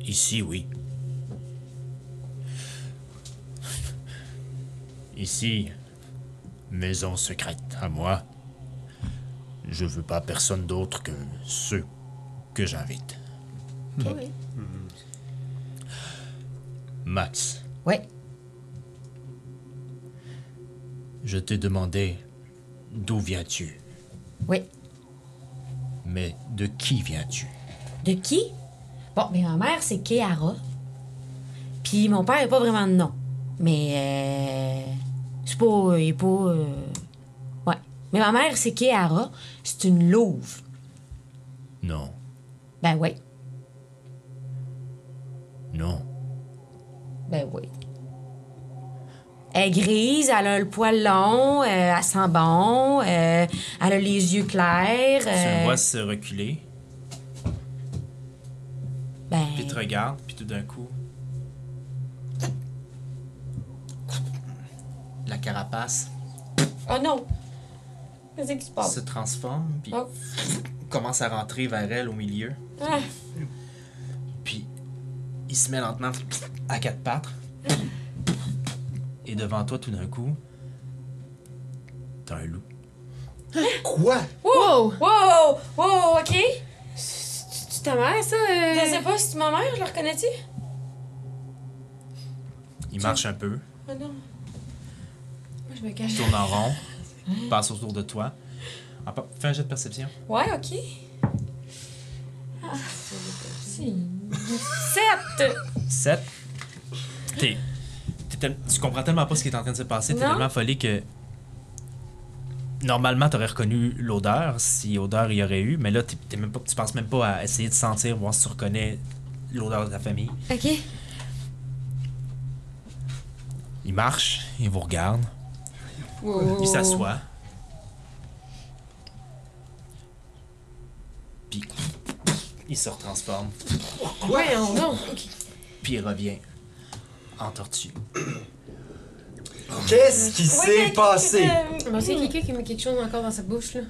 Speaker 6: Ici, oui. Ici, maison secrète à moi. Je veux pas personne d'autre que ceux que j'invite.
Speaker 2: Oui.
Speaker 6: Max,
Speaker 4: Ouais,
Speaker 6: je t'ai demandé d'où viens-tu,
Speaker 4: ouais.
Speaker 6: mais de qui viens-tu
Speaker 4: De qui? Bon, ben, ma mère, c'est Kéara. Puis mon père, il a pas vraiment de nom. Mais. Euh, c'est pas. Il est pas. euh, ouais. Mais ma mère, c'est Kéara. C'est une louve.
Speaker 6: Non,
Speaker 4: Ben, ouais.
Speaker 6: non,
Speaker 4: Ben, oui. Elle est grise, elle a le poil long, euh, elle sent bon, euh, elle a les yeux clairs.
Speaker 1: Tu le
Speaker 4: euh,
Speaker 1: vois se reculer,
Speaker 4: ben,
Speaker 1: puis il te regarde, puis tout d'un coup. La carapace
Speaker 4: Oh non! Qu'est-ce qui se passe?
Speaker 1: se transforme, puis
Speaker 4: Oh.
Speaker 1: commence à rentrer vers elle au milieu.
Speaker 4: Ah.
Speaker 1: Puis il se met lentement à quatre pattes. Et devant toi, tout d'un coup, t'as un loup.
Speaker 3: Quoi?
Speaker 2: Wow!
Speaker 4: Wow! Wow! OK!
Speaker 2: C'est c'est ta mère, ça?
Speaker 4: Je
Speaker 2: euh?
Speaker 4: sais pas si c'est ma mère, je la reconnais-tu?
Speaker 1: Il marche un peu,
Speaker 4: Ah non.
Speaker 2: Moi, je me cache.
Speaker 1: tourne en rond, passe autour de toi. En pa- Fais un jet de perception.
Speaker 4: Ouais, OK. Ah, si. Sept!
Speaker 1: 7. T'es, t'es tel- tu comprends tellement pas ce qui est en train de se passer, t'es
Speaker 4: Non.
Speaker 1: tellement folie que. Normalement, t'aurais reconnu l'odeur, si odeur il y aurait eu, mais là, t'es, t'es même pas, tu penses même pas à essayer de sentir, voir si tu reconnais l'odeur de ta famille.
Speaker 4: OK.
Speaker 1: Il marche, il vous regarde,
Speaker 4: Wow.
Speaker 1: il s'assoit. Puis, il se retransforme,
Speaker 2: Ouais, non, non.
Speaker 1: puis il revient en tortue.
Speaker 3: Qu'est-ce qui
Speaker 4: Oui,
Speaker 3: s'est
Speaker 4: mais-
Speaker 3: passé?
Speaker 4: Euh,
Speaker 2: Bon, c'est quelqu'un qui met quelque chose encore dans sa bouche, là.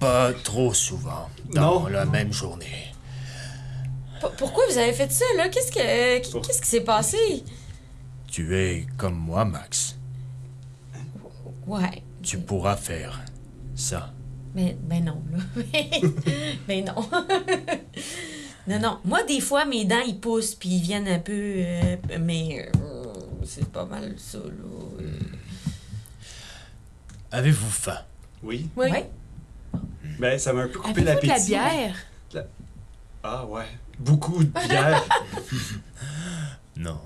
Speaker 6: Pas trop souvent dans
Speaker 3: Non.
Speaker 6: la même journée.
Speaker 4: P- Pourquoi vous avez fait ça, là? Qu'est-ce que, euh, qu- qu'est-ce qui s'est passé?
Speaker 6: Tu es comme moi, Max.
Speaker 4: Ouais.
Speaker 6: Tu pourras faire ça.
Speaker 4: Mais ben non, là. ben non. non, non. Moi, des fois, mes dents, ils poussent, puis ils viennent un peu... euh, mais euh, c'est pas mal ça, là.
Speaker 6: Avez-vous faim
Speaker 3: Oui.
Speaker 2: Oui.
Speaker 4: Ouais.
Speaker 3: Ben, ça m'a un peu coupé
Speaker 2: Avez-vous de la
Speaker 3: l'appétit.
Speaker 2: bière?
Speaker 3: Ah ouais. Beaucoup de bière.
Speaker 6: Non.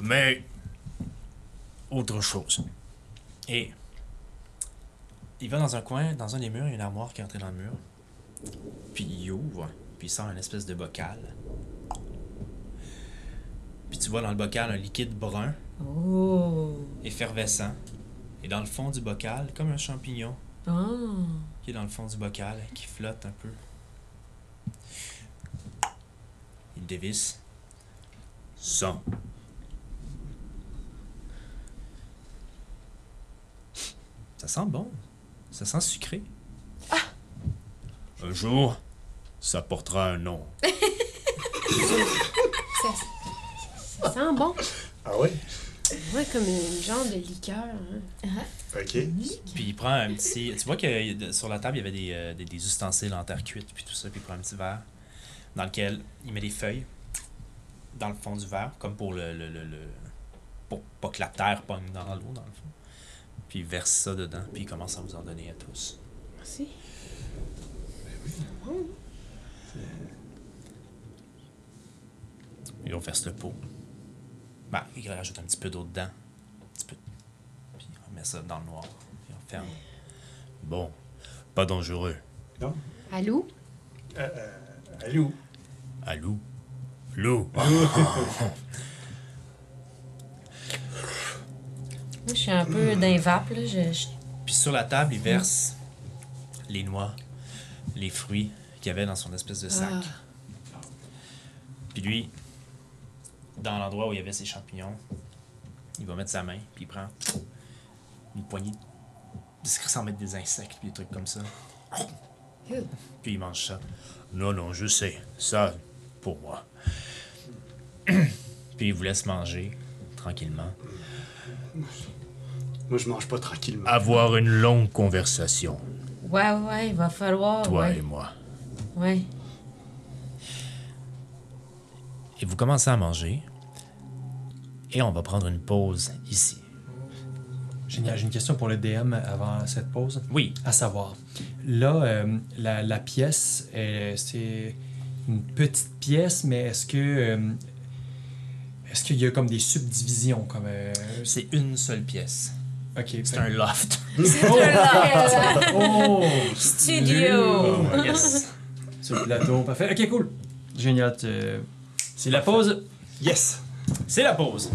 Speaker 6: Mais autre chose.
Speaker 1: Et il va dans un coin, dans un des murs, il y a une armoire qui est entrée dans le mur. Puis il ouvre, puis il sort une espèce de bocal. Puis tu vois dans le bocal un liquide brun,
Speaker 4: Oh.
Speaker 1: effervescent. Et dans le fond du bocal, comme un champignon
Speaker 4: Oh.
Speaker 1: qui est dans le fond du bocal, qui flotte un peu. Il dévisse.
Speaker 6: Sang.
Speaker 1: Ça sent bon. Ça sent sucré.
Speaker 6: Un jour, ça portera un nom.
Speaker 2: Ça, ça sent bon.
Speaker 3: ah ouais?
Speaker 2: Ouais, comme une genre de liqueur. hein.
Speaker 3: Ok.
Speaker 1: Puis il prend un petit. Tu vois que euh, de- sur la table, il y avait des, euh, des, des ustensiles en terre cuite, puis tout ça. Puis il prend un petit verre dans lequel il met des feuilles dans le fond du verre, comme pour le. le, le, le- pour pas que la terre pogne dans l'eau, dans le fond. Puis il verse ça dedans, puis il commence à vous en donner à tous.
Speaker 2: Merci.
Speaker 1: Il reverse le pot. Ben, il rajoute un petit peu d'eau dedans. Un petit peu. Puis il remet ça dans le noir. Puis on ferme.
Speaker 6: Bon, pas dangereux.
Speaker 2: Allô?
Speaker 3: Allô?
Speaker 6: À loup. Loup.
Speaker 4: Moi, je suis un peu d'un vape, là. Je, je-
Speaker 1: Puis sur la table, il verse les noix, les fruits qu'il y avait dans son espèce de sac. Puis lui, dans l'endroit où il y avait ses champignons, il va mettre sa main, puis il prend une poignée de ce qui ressemble à être des insectes, puis des trucs comme ça. Puis il mange ça.
Speaker 6: Non, non, je sais. Ça, pour moi.
Speaker 1: Puis il vous laisse manger tranquillement.
Speaker 3: Moi, je mange pas tranquillement.
Speaker 6: Avoir une longue conversation,
Speaker 4: Ouais, ouais, il va falloir.
Speaker 6: toi et
Speaker 4: ouais.
Speaker 6: moi.
Speaker 4: ouais.
Speaker 1: Et vous commencez à manger. Et on va prendre une pause ici.
Speaker 5: Génial. J'ai une question pour le DM avant cette pause.
Speaker 1: Oui,
Speaker 5: À savoir, là, euh, la, la pièce, euh, c'est une petite pièce, mais est-ce que. euh, est-ce qu'il y a comme des subdivisions comme euh,
Speaker 1: c'est une seule pièce.
Speaker 5: Ok.
Speaker 1: C'est un loft.
Speaker 5: oh,
Speaker 4: Studio.
Speaker 1: Ah Yes.
Speaker 5: sur le plateau, parfait. Ok, cool. Génial. tu- C'est la pause.
Speaker 3: Yes!
Speaker 1: C'est la pause.